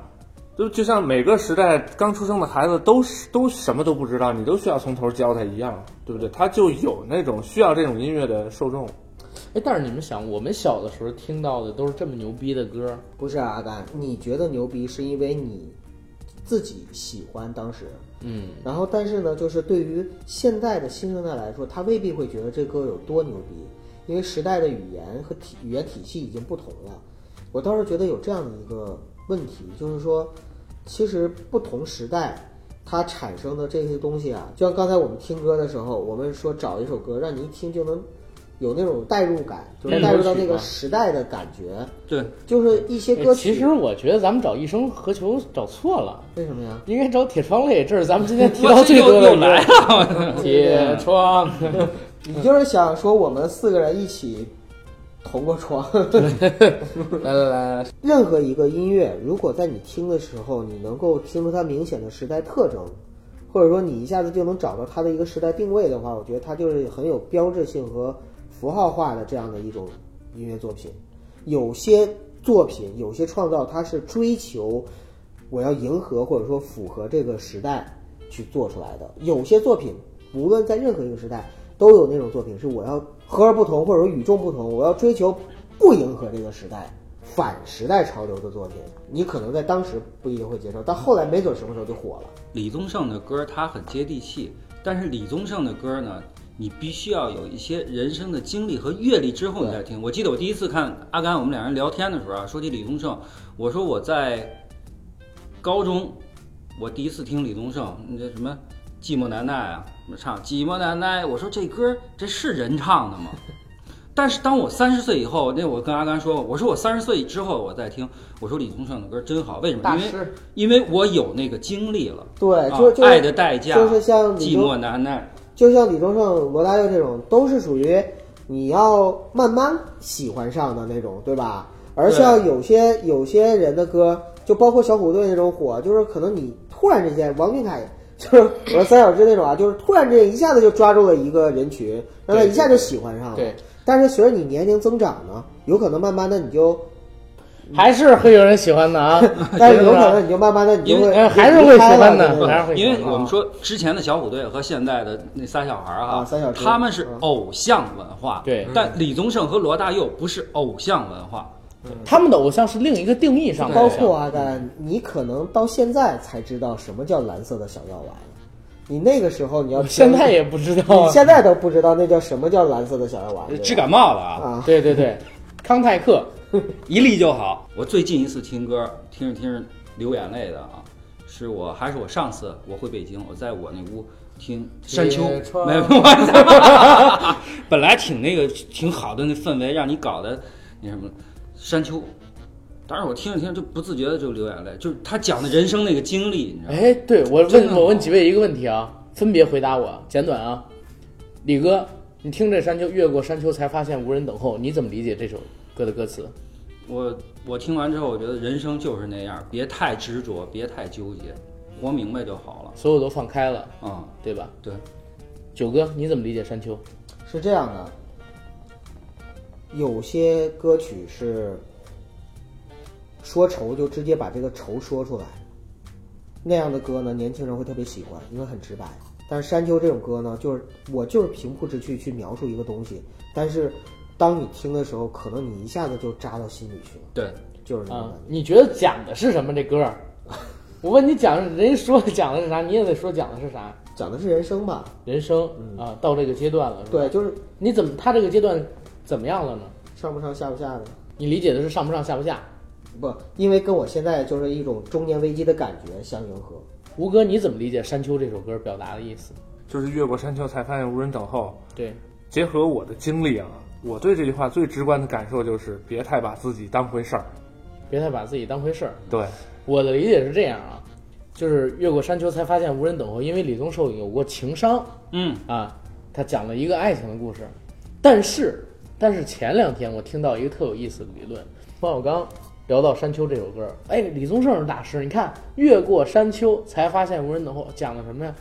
就就像每个时代刚出生的孩子都是都什么都不知道，你都需要从头教他一样，对不对？他就有那种需要这种音乐的受众。
哎，但是你们想，我们小的时候听到的都是这么牛逼的歌，
不是啊阿甘，你觉得牛逼是因为你自己喜欢当时，
嗯，
然后但是呢，就是对于现在的新生代来说，他未必会觉得这歌有多牛逼，因为时代的语言和体语言体系已经不同了。我倒是觉得有这样的一个问题，就是说，其实不同时代它产生的这些东西啊，就像刚才我们听歌的时候，我们说找一首歌让你一听就能有那种代入感，就是
嗯
代入到那
歌曲嘛
个时代的感觉，
对，
就是一些歌
哎
曲。
其实我觉得咱们找一生何求找错了，
为什么呀？
应该找铁窗泪，这是咱们今天提
我
到
这
最
又
多的
又
歌
来了，
铁窗。嗯
你就是想说我们四个人一起同过床。
来来来来，
任何一个音乐，如果在你听的时候，你能够听出它明显的时代特征，或者说你一下子就能找到它的一个时代定位的话，我觉得它就是很有标志性和符号化的这样的一种音乐作品。有些作品，有些创造，它是追求我要迎合或者说符合这个时代去做出来的。有些作品，无论在任何一个时代，都有那种作品是我要和而不同，或者说与众不同，我要追求不迎合这个时代。反时代潮流的作品，你可能在当时不一定会接受，但后来没准什么时候就火了。
李宗盛的歌他很接地气，但是李宗盛的歌呢，你必须要有一些人生的经历和阅历之后你再听。我记得我第一次看阿甘，我们俩人聊天的时候啊，说起李宗盛，我说我在高中，我第一次听李宗盛，那什么《寂寞难耐》啊，什么唱《寂寞难耐》，我说这歌这是人唱的吗？但是当我三十岁以后，那我跟阿甘说，我说我三十岁之后我再听，我说李宗盛的歌真好，为什么？因为
师，
因为我有那个经历了。
对，就就
啊、爱的代价，
就是像李
寂
宗
寞难耐。
就像李宗盛、罗大佑这种，都是属于你要慢慢喜欢上的那种，对吧？而像有些有些人的歌，就包括小虎队那种火，就是可能你突然之间，王俊凯就是我说三小只那种啊，就是突然之间一下子就抓住了一个人群，让他一下就喜欢上了。
对对对
但是随着你年龄增长呢，有可能慢慢的你就，，
还是会有人喜欢的啊
但是
是
有可能你就慢慢的你就
因为
会
哎还是会喜欢
的
的，还是会喜
因
欢的。
为我们说之前的小虎队和现在的那仨小孩儿哈，
啊仨小只
他们是
嗯
偶像文化，
对
但李宗盛和罗大佑不是偶像文化，
他们的偶像是另一个定义上的
包
偶像，
括阿甘，你可能到现在才知道什么叫蓝色的小药丸，你那个时候你要
我现在
听
也不知道
你。现在都不知道那叫什么叫蓝色的小药丸，
呃
对吧
治感冒了啊，
啊，
对对对，康泰克，
一粒就好。我最近一次听歌，听着听着流眼泪的啊，是我还是我上次我回北京，我在我那屋。听山丘
铁，窗
没有，我 本来挺那个挺好的那氛围，让你搞的那什么山丘，当时我听着听着就不自觉的就流眼泪，就是他讲的人生那个经历，你知道吗？
哎，对我
真的
问
吗
我问几位一个问题啊，分别回答我，简短啊。李哥，你听这山丘，越过山丘才发现无人等候，你怎么理解这首歌的歌词？
我我听完之后，我觉得人生就是那样，别太执着，别太纠结，活明白就好了。
所有都放开了，
嗯，
对吧？
对，
九哥，你怎么理解山丘？
是这样的，有些歌曲是说愁就直接把这个愁说出来，那样的歌呢，年轻人会特别喜欢，因为很直白。但是山丘这种歌呢，就是我就是平铺直叙去描述一个东西，但是当你听的时候，可能你一下子就扎到心里去了，
对，
就是那种
啊
嗯
感，觉。
你觉得讲的是什么？这歌儿？ 我问你讲，人家说讲的是啥，你也得说讲的是啥。
讲的是人生吧？
人生
嗯
啊，到这个阶段了，是吧
对，，就是
你怎么他这个阶段怎么样了呢？
上不上下不下的。
你理解的是上不上下不下？
不，因为跟我现在就是一种中年危机的感觉相迎合。
吴哥，你怎么理解《山丘》这首歌表达的意思？
就是越过山丘才发现无人等候。
对，
结合我的经历啊，我对这句话最直观的感受就是别太把自己当回事儿。
别太把自己当回事儿。
对，
我的理解是这样啊，就是越过山丘才发现无人等候，因为李宗盛有过情伤
嗯，
啊，他讲了一个爱情的故事。但是，但是前两天我听到一个特有意思的理论，冯小刚聊到《山丘》这首歌，哎，李宗盛是大师，你看越过山丘才发现无人等候，讲的什么呀？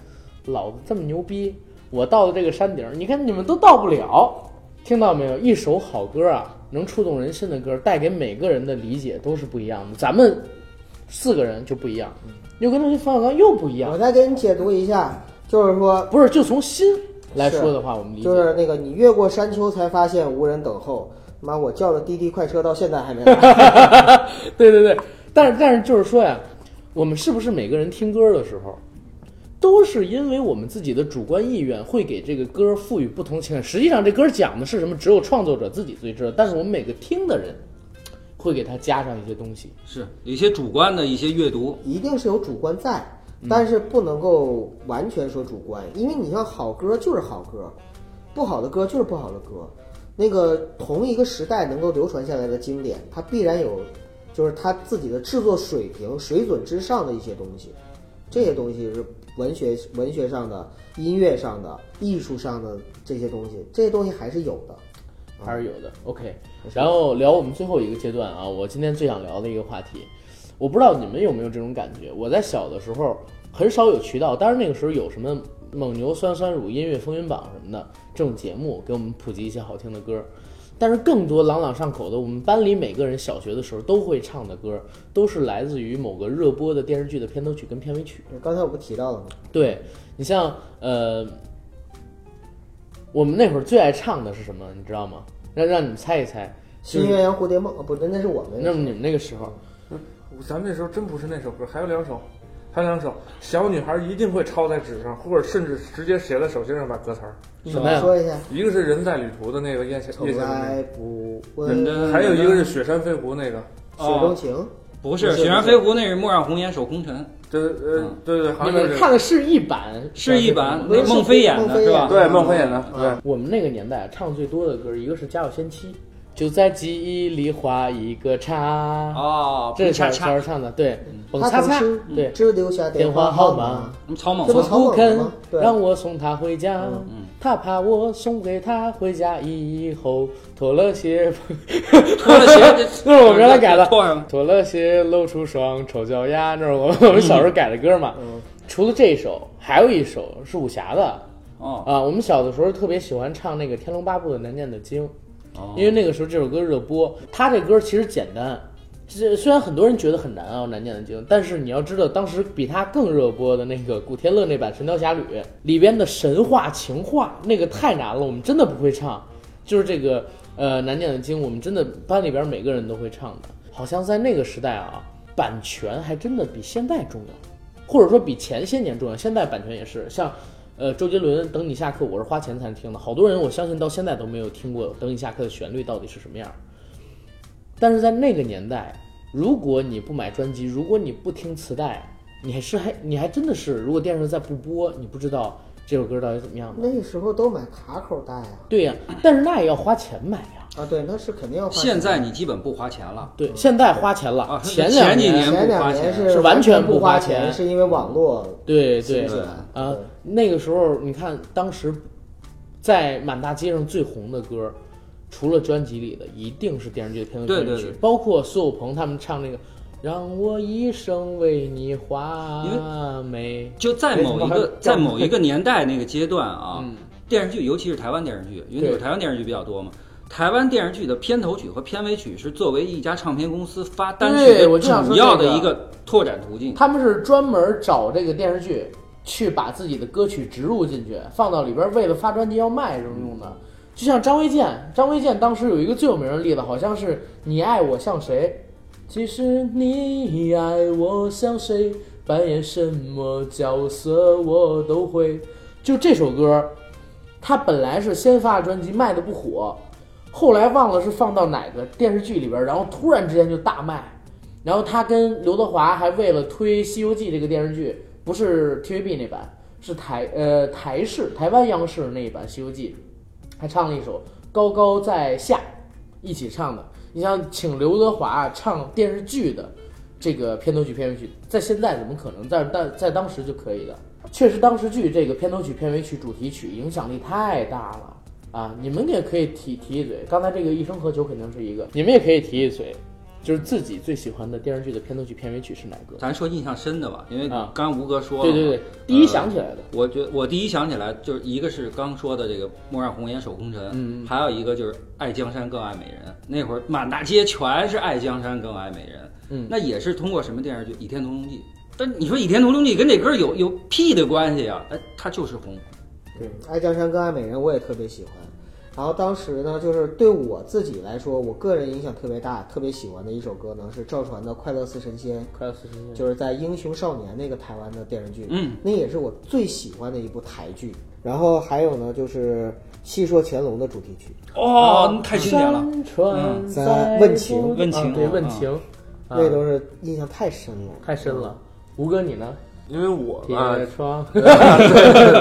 老子这么牛逼，我到了这个山顶儿，你看你们都到不了。听到没有？一首好歌啊，能触动人心的歌，带给每个人的理解都是不一样的。咱们四个人就不一样，刘跟同学冯小刚又不一样
我。再给你解读一下，就是说，
不是，就从心来说的话，我们理解
就是那个你越过山丘才发现无人等候。妈，我叫的滴滴快车到现在还没来。
对对对，但是但是就是说呀，我们是不是每个人听歌的时候，都是因为我们自己的主观意愿会给这个歌赋予不同情感？实际上，这歌讲的是什么，只有创作者自己最知道。但是我们每个听的人，会给它加上一些东西。
是有一些主观的一些阅读，
一定是有主观在，但是不能够完全说主观，因为你像好歌就是好歌，不好的歌就是不好的歌。那个同一个时代能够流传下来的经典，它必然有，就是它自己的制作水平水准之上的一些东西，这些东西是文学文学上的、音乐上的、艺术上的这些东西，这些东西还是有的。
还是有的。OK，然后聊我们最后一个阶段啊，我今天最想聊的一个话题，我不知道你们有没有这种感觉。我在小的时候很少有渠道，当然那个时候有什么蒙牛酸酸乳音乐风云榜什么的这种节目，给我们普及一些好听的歌。但是更多朗朗上口的，我们班里每个人小学的时候都会唱的歌，都是来自于某个热播的电视剧的片头曲跟片尾曲。
刚才我不提到了吗？
对你像呃，我们那会儿最爱唱的是什么，你知道吗？让让你们猜一猜，就
新
是
鸳鸯蝴蝶梦，啊不对，那是我们
那么你们那个时候，
咱们那时候真不是那首歌，还有两首，还有两首，小女孩一定会抄在纸上，或者甚至直接写在手心上把歌词儿。
什么呀？
说一下，
一个是人在旅途的那个叶小叶
从
小
来
姐
不
认
问
那
真
个，还有一个是雪山飞狐那个，
水中情。
不是《雪山飞狐》，那是《莫让红颜守空城
对呃
嗯
对对，好
你
像就
们
是这
看
个
的是一版，》，
是一版那
不是
孟非演
孟
的
非
是
演
吧
的？
对孟非演的，对
我们那个年代啊唱最多的歌，一个是《家有仙妻》，就在记忆里画一个叉，
哦，
这是
叉
小
叉嗯
时，唱的，对，哦蹦
他嗯
擦
曾
擦，
经
对，
只留下
电
话
话号
码
码。
什么嗯草蜢
这不
我
吗？
是曹
不
猛
肯
吗对嗯
让我送她回家，
嗯
他怕我送给她回家以后脱了鞋，
脱 了鞋，
那是我们原来改 的，
脱上 了。
脱了鞋露出双丑脚丫，那是我们我们小时候改的歌嘛。除了这首，还有一首是武侠的
哦，
啊。我们小的时候特别喜欢唱那个《天龙八部》的《难念的经》，因为那个时候这首歌热播。它这歌其实简单，这虽然很多人觉得很难啊，《难念的经》，但是你要知道，当时比它更热播的那个古天乐那版《神雕侠侣》里边的神话情话，那个太难了，我们真的不会唱。就是这个呃《难念的经》，我们真的班里边每个人都会唱的。好像在那个时代啊，版权还真的比现在重要，或者说比前些年重要。现在版权也是像。呃，周杰伦《等你下课》，我是花钱才听的，好多人我相信到现在都没有听过《等你下课》的旋律到底是什么样儿。但是在那个年代，如果你不买专辑，如果你不听磁带，你还是还你还真的是，如果电视在不播，你不知道这首歌到底怎么样的。
那个时候都买卡口袋啊，
对呀、但是那也要花钱买呀、
啊，对，那是肯定要花钱
现
的。
在你基本不花钱了，
对，现在花钱了，
嗯啊
前
前
两
几年
前两年
不花钱
是完
完
全不
不
花钱
钱，是因为网络
对
兴
对
起来
啊
对，
那个时候你看，当时在满大街上最红的歌，除了专辑里的，一定是电视剧的片头
对
曲，
对对
包括苏有朋他们唱那个“让我一生为你画眉
就在某一个在 某一个年代那个阶段啊，电视剧尤其是台湾电视剧，因为那会儿
嗯对
台湾电视剧比较多嘛。台湾电视剧的片头曲和片尾曲是作为一家唱片公司发单曲
对我
的
就想说
主要
这
的
个
一个拓展途”，径。
他们是专门找这个电视剧去把自己的歌曲植入进去，放到里边，为了发专辑要卖这种用的。就像张卫健，张卫健当时有一个最有名的例子，好像是《你爱我像谁》。其实你爱我像谁，扮演什么角色我都会。就这首歌，它本来是先发专辑卖的不火，后来忘了是放到哪个电视剧里边，然后突然之间就大卖。然后他跟刘德华还为了推《西游记》这个电视剧，不是 TVB 那版，是台呃台视台湾央视那一版《西游记》，还唱了一首《高高在下》，一起唱的。你像请刘德华唱电视剧的这个片头曲、片尾曲，在现在怎么可能？在在在当时就可以的。确实，当时剧这个片头曲、片尾曲、主题曲影响力太大了啊！你们也可以提提一嘴，刚才这个《一生何求》肯定是一个，你们也可以提一嘴，就是自己最喜欢的电视剧的片头曲、片尾曲是哪个？
咱说印象深的吧，因为
啊
刚刚吴哥说了
对
嘛，
对对，第一想起来的，
我觉我第一想起来就是一个是刚说的这个“莫让红颜守空城”，嗯，还有一个就是“爱江山更爱美人”。那会儿满大街全是“爱江山更爱美人”，
嗯
那也是通过什么电视剧《倚天屠龙记》？但你说《倚天屠龙记》跟这歌有有屁的关系啊？哎，它就是红。
对，爱江山更爱美人，我也特别喜欢。然后当时呢，就是对我自己来说，我个人影响特别大，特别喜欢的一首歌呢是赵传的《快乐似神仙》，
快乐四十年，
就是在《英雄少年》那个台湾的电视剧，
嗯，
那也是我最喜欢的一部台剧。然后还有呢，就是《戏说乾隆》的主题曲，
哦，太经典了。嗯
山川
在
在
问情
问情
啊对
啊
问情，啊
那都是印象太深了。
太深了。吴哥你呢？
因为我
铁
吧，
窗。
对对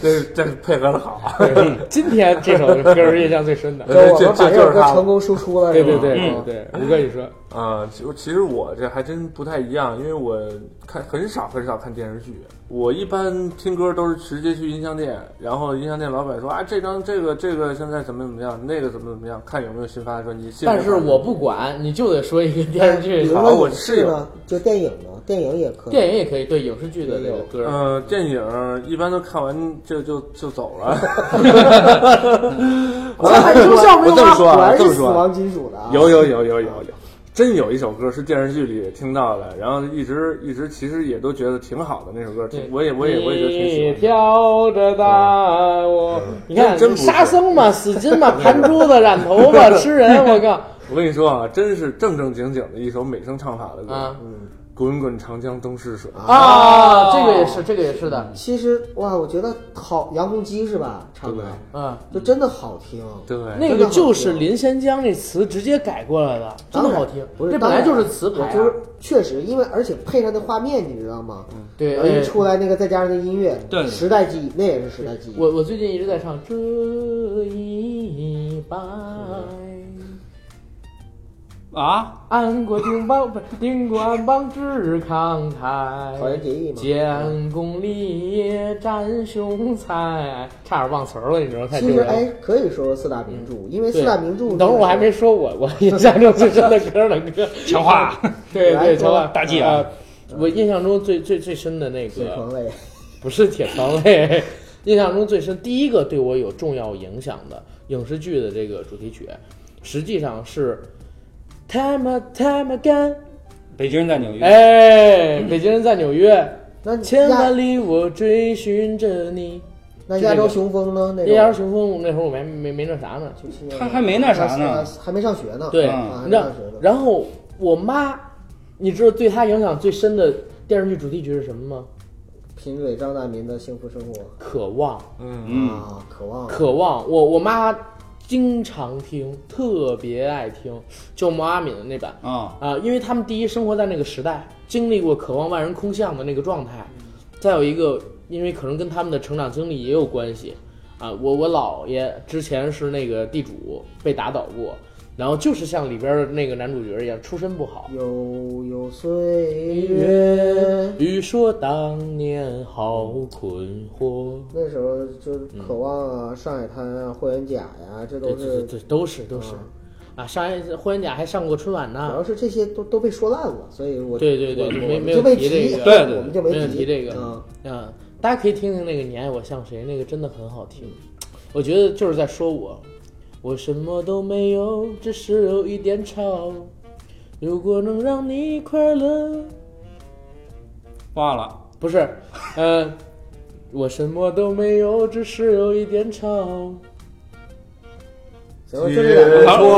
对，这这配合的好，
今天这首歌儿印象最深的，
就我
这
们把
这
这
就
首
是
歌
他
成功输出 了，
对
是吧
对对对对，吴哥你说，
啊，其实其实我这还真不太一样，因为我看很少很少看电视剧，我一般听歌都是直接去音像店，然后音像店老板说啊，这张这个这个现在怎么怎么样，那个怎么怎么样，看有没有新发的专辑。新发
但
的
是我不管，你就得说一个电视
比
剧
如、
好我
说影
是
视
有
呢，就电影呢，电影也可以。
电影也可以，对嗯影视剧的那个歌儿。
呃，电影一般都看完就就就走了。
我 还中校没有
我这么
啊
说啊
果然
这
是
么
死
说啊
亡金属的啊。
有有有有有有，真有一首歌是电视剧里听到的，然后一直一直其实也都觉得挺好的那首歌，挺我也我也我也觉得挺喜
你
欢的。
挑着担我， 你看
真真不是
沙僧嘛，死金嘛，盘珠子、染头发、吃人，我靠
我跟你说啊，真是正正经经的一首美声唱法的歌，嗯
啊
滚滚长江东逝水》
啊！这个也是，这个也是的，
其实哇，我觉得好，杨洪基是吧？唱的
嗯，
就真的好听。
对，
那个就是林仙江那词直接改过来的，真的好听。
不是，
这本来
当然
就是词牌啊，
我就是确实，因为而且配上那画面，你知道吗？
对。
然后一
哎
出来那个，再加上那音乐，
对
时代记忆，那也是时代记忆。
我我最近一直在唱这一拜，
嗯
啊，
安国定邦不是定国安邦志慷慨，
草原结义嘛
建功立业展雄才，差点忘词儿了，你知道吗太
其
丢
实
人了。
哎，可以说说四大名著，因为
啊嗯对
四大名著。
等会儿我还没说我我印象中最深的歌呢， 哥。
强 化
对对，乔
大忌啊
啊！我印象中最最最深的那
铁
个
床位，
不是铁床位， 印象中最深第一个对我有重要影响的影视剧的这个主题曲，实际上是 Time and Time Again，
北京人在纽约，
哎，北京人在纽约，
那
千
亚
万里我追寻着你。
那
是这
亚洲
个
雄风呢？那
夜
种
摇雄风那会儿我没没没那啥呢，
他还没那啥呢，
还没上学呢。
对，
啊
你
还
知
没
道
上学呢。。
然后我妈，你知道对她影响最深的电视剧主题曲是什么吗？
贫嘴张大民的幸福生活
渴望，
嗯，
啊，渴望。
渴望。我我妈经常听，特别爱听，就毛阿敏的那版啊、
啊，
因为他们第一生活在那个时代，经历过渴望万人空巷的那个状态，再有一个，因为可能跟他们的成长经历也有关系。啊，我我姥爷之前是那个地主，被打倒过，然后就是像里边的那个男主角一样，出身不好，
悠悠岁月。
欲说当年好困惑。
那时候就是渴望啊，上海滩啊，霍元甲呀，这
对
都
嗯对对
是，
对，都是都是
啊，
啊，上一次霍元甲还上过春晚
主
呢
要。是这些都都被说烂了，所以我
对对对
我
没
我们
没有
就没
提
提啊
这个
对对
我们就没
没有提这个
啊。
嗯，大家可以听听那个《你爱我像谁》，那个真的很好听。我觉得就是在说我，我什么都没有，只是有一点吵。如果能让你快乐，
忘了，
不是，呃，我什么都没有，只是有一点吵。
行了，就这两
好
个，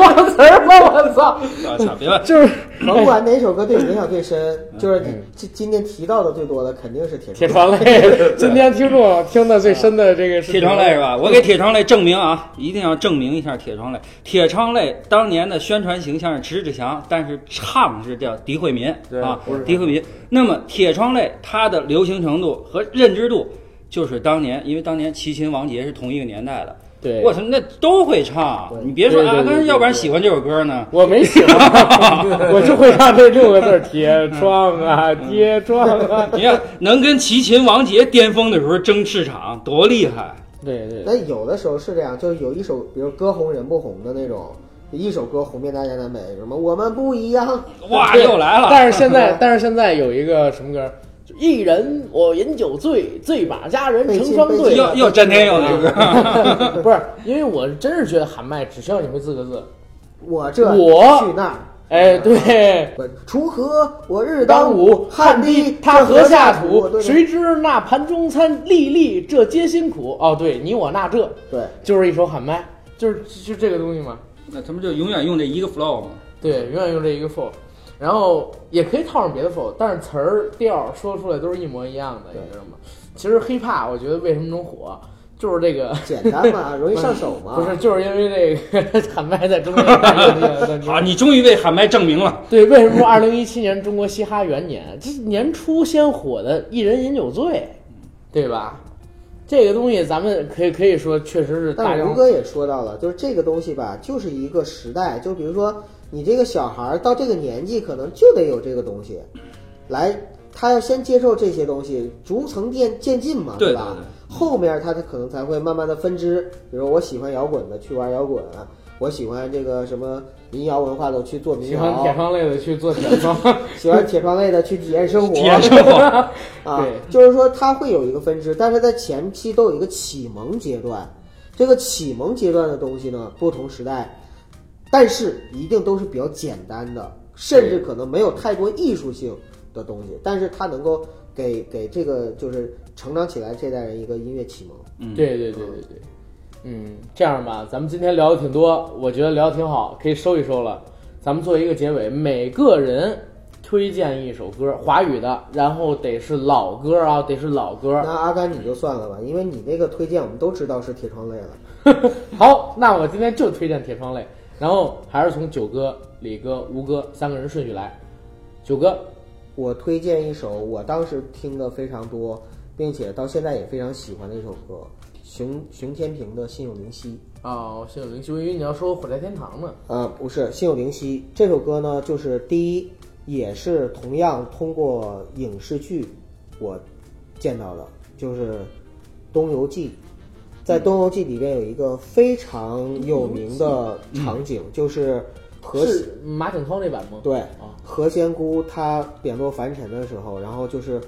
忘词儿了，我操！
啊，操，别问，
就是
甭管哪首歌对你影响最深，就是你今今天提到的最多的肯定是铁
铁
窗。
床泪，今天听众听的最深的这个是
铁窗泪是？吧？我给铁窗泪证明啊，一定要证明一下铁窗泪。铁窗泪当年的宣传形象是迟志强，但是唱是叫狄惠民
对
啊
不是，
狄惠民。那么铁窗泪它的流行程度和认知度，就是当年，因为当年齐秦、王杰是同一个年代的，
对，
我操，那都会唱。你别
对
说
对
阿
对对
根，
对
要不然喜欢这首歌 呢。
我没 写，我就会唱这六个字儿：铁窗啊，铁窗啊。
你看，能跟齐秦、王杰巅峰的时候争市场，多厉害！
对对
那有的时候是这样，就是有一首，比如歌红人不红的那种，一首歌红遍大江南北，什么我们不一样，
哇，
对
啊又来了。
但是现在，但是现在有一个什么歌？就一人我饮酒醉，醉把佳人成双
被
对。
禁
又又詹天佑那 歌，
不是，因为我真是觉得喊麦只需要你会四个字。
我这
我
去那儿。
哎，对，
我锄禾我日
当
当
午
午，
汗
汗
滴
滴
他
禾
禾下
土
土，。谁知那盘中餐，粒粒这皆辛苦。哦，对你我那这，
对，
就是一首喊麦，就是就这个东西嘛。
那他们就永远用这一个 flow 嘛。
对，永远用这一个 f o r 然后也可以套上别的 f o r 但是词儿调儿说出来都是一模一样的，你知道吗？其实 hiphop 我觉得为什么能火，就是这 个，
简单嘛，容易上手嘛。
不是，就是因为这个 喊麦在中国有大影 响。
好，你终于为喊麦证明了。
对，为什么说二零一七年中国嘻哈元年？这年初先火的《一人饮酒醉》，对吧？这个东西咱们可以可以说，确实是大
但
量
吴。哥也说到了，就是这个东西吧，就是一个时代。就比如说，你这个小孩儿到这个年纪，可能就得有这个东西，来，他要先接受这些东西，逐层渐渐进嘛，
对
吧？
对对
后面他他可能才会慢慢的分支，比如我喜欢摇滚的去玩摇滚，啊我喜欢这个什么民谣文化的去做民
喜欢铁
谣，
窗类的去做铁 窗，
喜欢铁窗类的去体验生活，
体验生活，
啊
对，
就是说它会有一个分支，但是在前期都有一个启蒙阶段。这个启蒙阶段的东西呢，不同时代，但是一定都是比较简单的，甚至可能没有太过艺术性的东西，但是它能够给给这个就是成长起来这代人一个音乐启蒙。
嗯
对对对对对，嗯，这样吧，咱们今天聊的挺多，我觉得聊的挺好，可以收一收了。咱们做一个结尾，每个人推荐一首歌，华语的，然后得是老歌啊，得是老歌。
那阿甘你就算了吧，因为你那个推荐我们都知道是铁窗泪了。
好，那我今天就推荐铁窗泪，然后还是从九哥、李哥、吴哥三个人顺序来。九哥，
我推荐一首我当时听的非常多，并且到现在也非常喜欢的一首歌，熊熊天平的《心有灵犀》。
哦，心有灵犀，我以为你要说火柴天堂呢。
呃，不是《心有灵犀》这首歌呢，就是第一，也是同样通过影视剧我见到的，就是《东游记》。在《东游记》里边有一个非常有名的场景，就是何西
是马景涛那版吗？，
对
啊
何仙姑她贬落凡尘的时候，然后就是，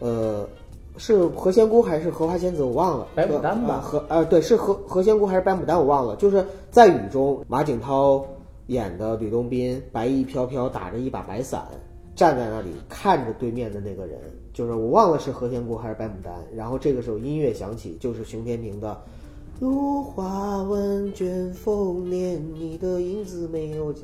呃，是何仙姑还是荷花仙子我忘了，
白牡丹吧
呃何呃对是何何仙姑还是白牡丹我忘了，就是在雨中马景涛演的吕洞宾白衣飘飘打着一把白伞站在那里看着对面的那个人，就是我忘了是何仙姑还是白牡丹，然后这个时候音乐响起，就是熊天平的。如花问卷风帘，你的影子没有家。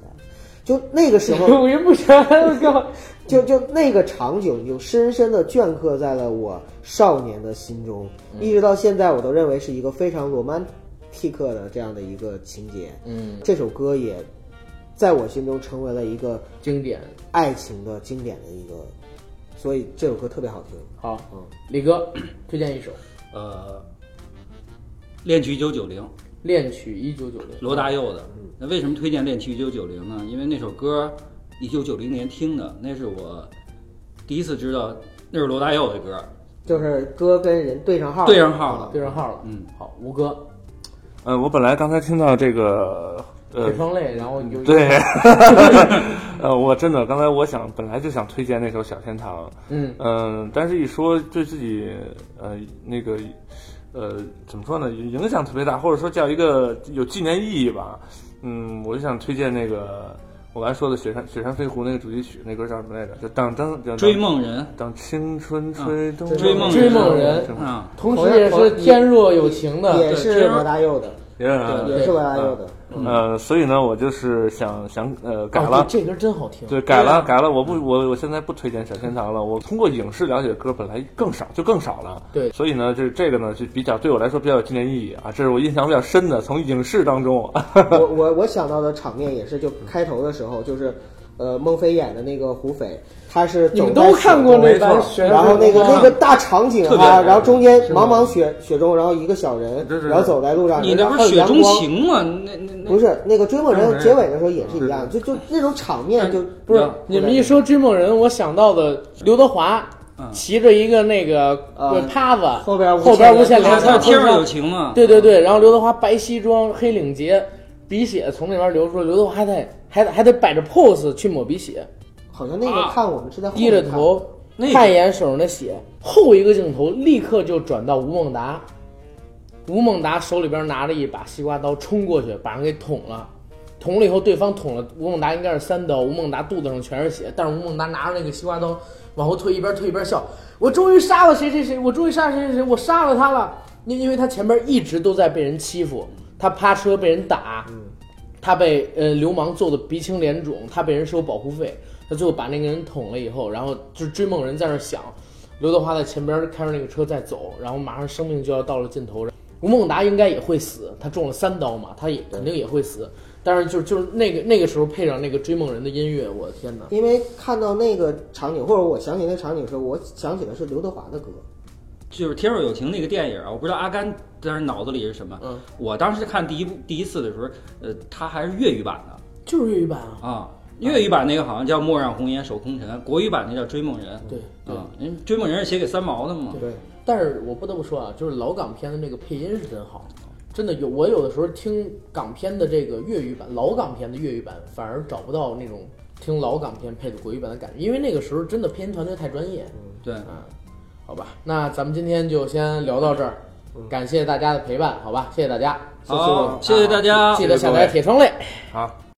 就那个时候，
我也不想，我干嘛？
就就那个场景，就深深的镌刻在了我少年的心中，一直到现在，我都认为是一个非常 romantic 的这样的一个情节。
嗯，
这首歌也在我心中成为了一个
经典。
爱情的经典的一个，所以这首歌特别好听。
好，
嗯，
李哥推荐一首《
呃，恋曲一九九零，
恋曲一九九零》。
罗大佑的。那为什么推荐《恋曲一九九零》呢？因为那首歌一九九零年听的，那是我第一次知道那是罗大佑的歌。
就是歌跟人对上号，
对上号
啊
了
对上号了。
嗯，
好，吴哥
嗯，我本来刚才听到这个呃
铁窗泪，然后你就
对， 呃，我真的刚才我想本来就想推荐那首《小天堂》，
嗯
嗯，但是一说对自己呃那个呃怎么说呢，影响特别大，或者说叫一个有纪念意义吧，嗯，我就想推荐那个我刚才说的《雪山雪山飞狐》那个主题曲，那歌叫什么来着？就当当当
追梦人
当青春吹动
追梦
追梦人
追梦人
啊，
同时也是天若有情的哦
也
对
是
这样
罗大佑的，
Yeah
也是罗大佑的。
嗯呃，所以呢，我就是想想呃改
哦
了
对，这歌真好听。
对，改了改了，我不我我现在不推荐小天堂了。我通过影视了解歌本来更少，就更少了。
对
所以呢，就是这个呢，就比较对我来说比较有纪念意义啊，这是我印象比较深的，从影视当中。
我我我想到的场面也是，就开头的时候就是。呃，孟非演的那个胡斐，他是
你们
走在
都看过那
雪中
版
没错
《
然后那个那个大场景
特别好
啊，然后中间茫茫雪雪中，然后一个小人，然后走在路上，
你那
然
不
后
是《雪
阳
中
光。
情》吗？那那那
不是那个追梦人结尾的时候也是一样，
嗯
就就那种场面就
不是嗯你们一说追梦人，我想到的刘德华
嗯
骑着一个那个
啊
呃趴子，
后边无
后边无限
限
连
连
他
唱，
唱
天若有情嘛。
对对对，然后刘德华白西装、黑领结，鼻血从那边流出来，刘德华还得还得还得摆着 pose 去抹鼻血，
好像那
啊
个看我们是在后
低
面
着
看
头
那个
看一眼手上的血，后一个镜头立刻就转到吴孟达，吴孟达手里边拿着一把西瓜刀冲过去，把人给捅了。捅了以后，对方捅了吴孟达应该是三刀，吴孟达肚子上全是血，但是吴孟达拿着那个西瓜刀往后退，一边退一边笑，我终于杀了谁谁谁，我终于杀了谁谁谁，我杀了他了，因因为他前边一直都在被人欺负，他趴车被人打，他被呃流氓揍得鼻青脸肿，他被人收保护费，他最后把那个人捅了以后，然后就追梦人在那儿想，刘德华在前边开着那个车在走，然后马上生命就要到了尽头，吴孟达应该也会死，他中了三刀嘛，他也肯定也会死。但是就就是那个那个时候配上那个追梦人的音乐，我的天哪！
因为看到那个场景，或者我想起那场景的时候，我想起的是刘德华的歌。
就是《天若有情》那个电影啊，我不知道阿甘当时脑子里是什么。
嗯，
我当时看第一部第一次的时候，呃，他还是粤语版的
就是粤语版啊，
啊。粤语版那个好像叫《莫让红颜守空尘》，国语版那叫《追梦人》。
对对。
啊，人追梦人是写给三毛的嘛？
对，
但是我不得不说啊，就是老港片的那个配音是真好，真的有我有的时候听港片的这个粤语版，老港片的粤语版反而找不到那种听老港片配的国语版的感觉，因为那个时候真的配音团队太专业。
对，
啊，好吧，那咱们今天就先聊到这儿，
嗯
感谢大家的陪伴，好吧，谢谢大家，
好，谢谢大家，
记得下载铁窗泪。
好。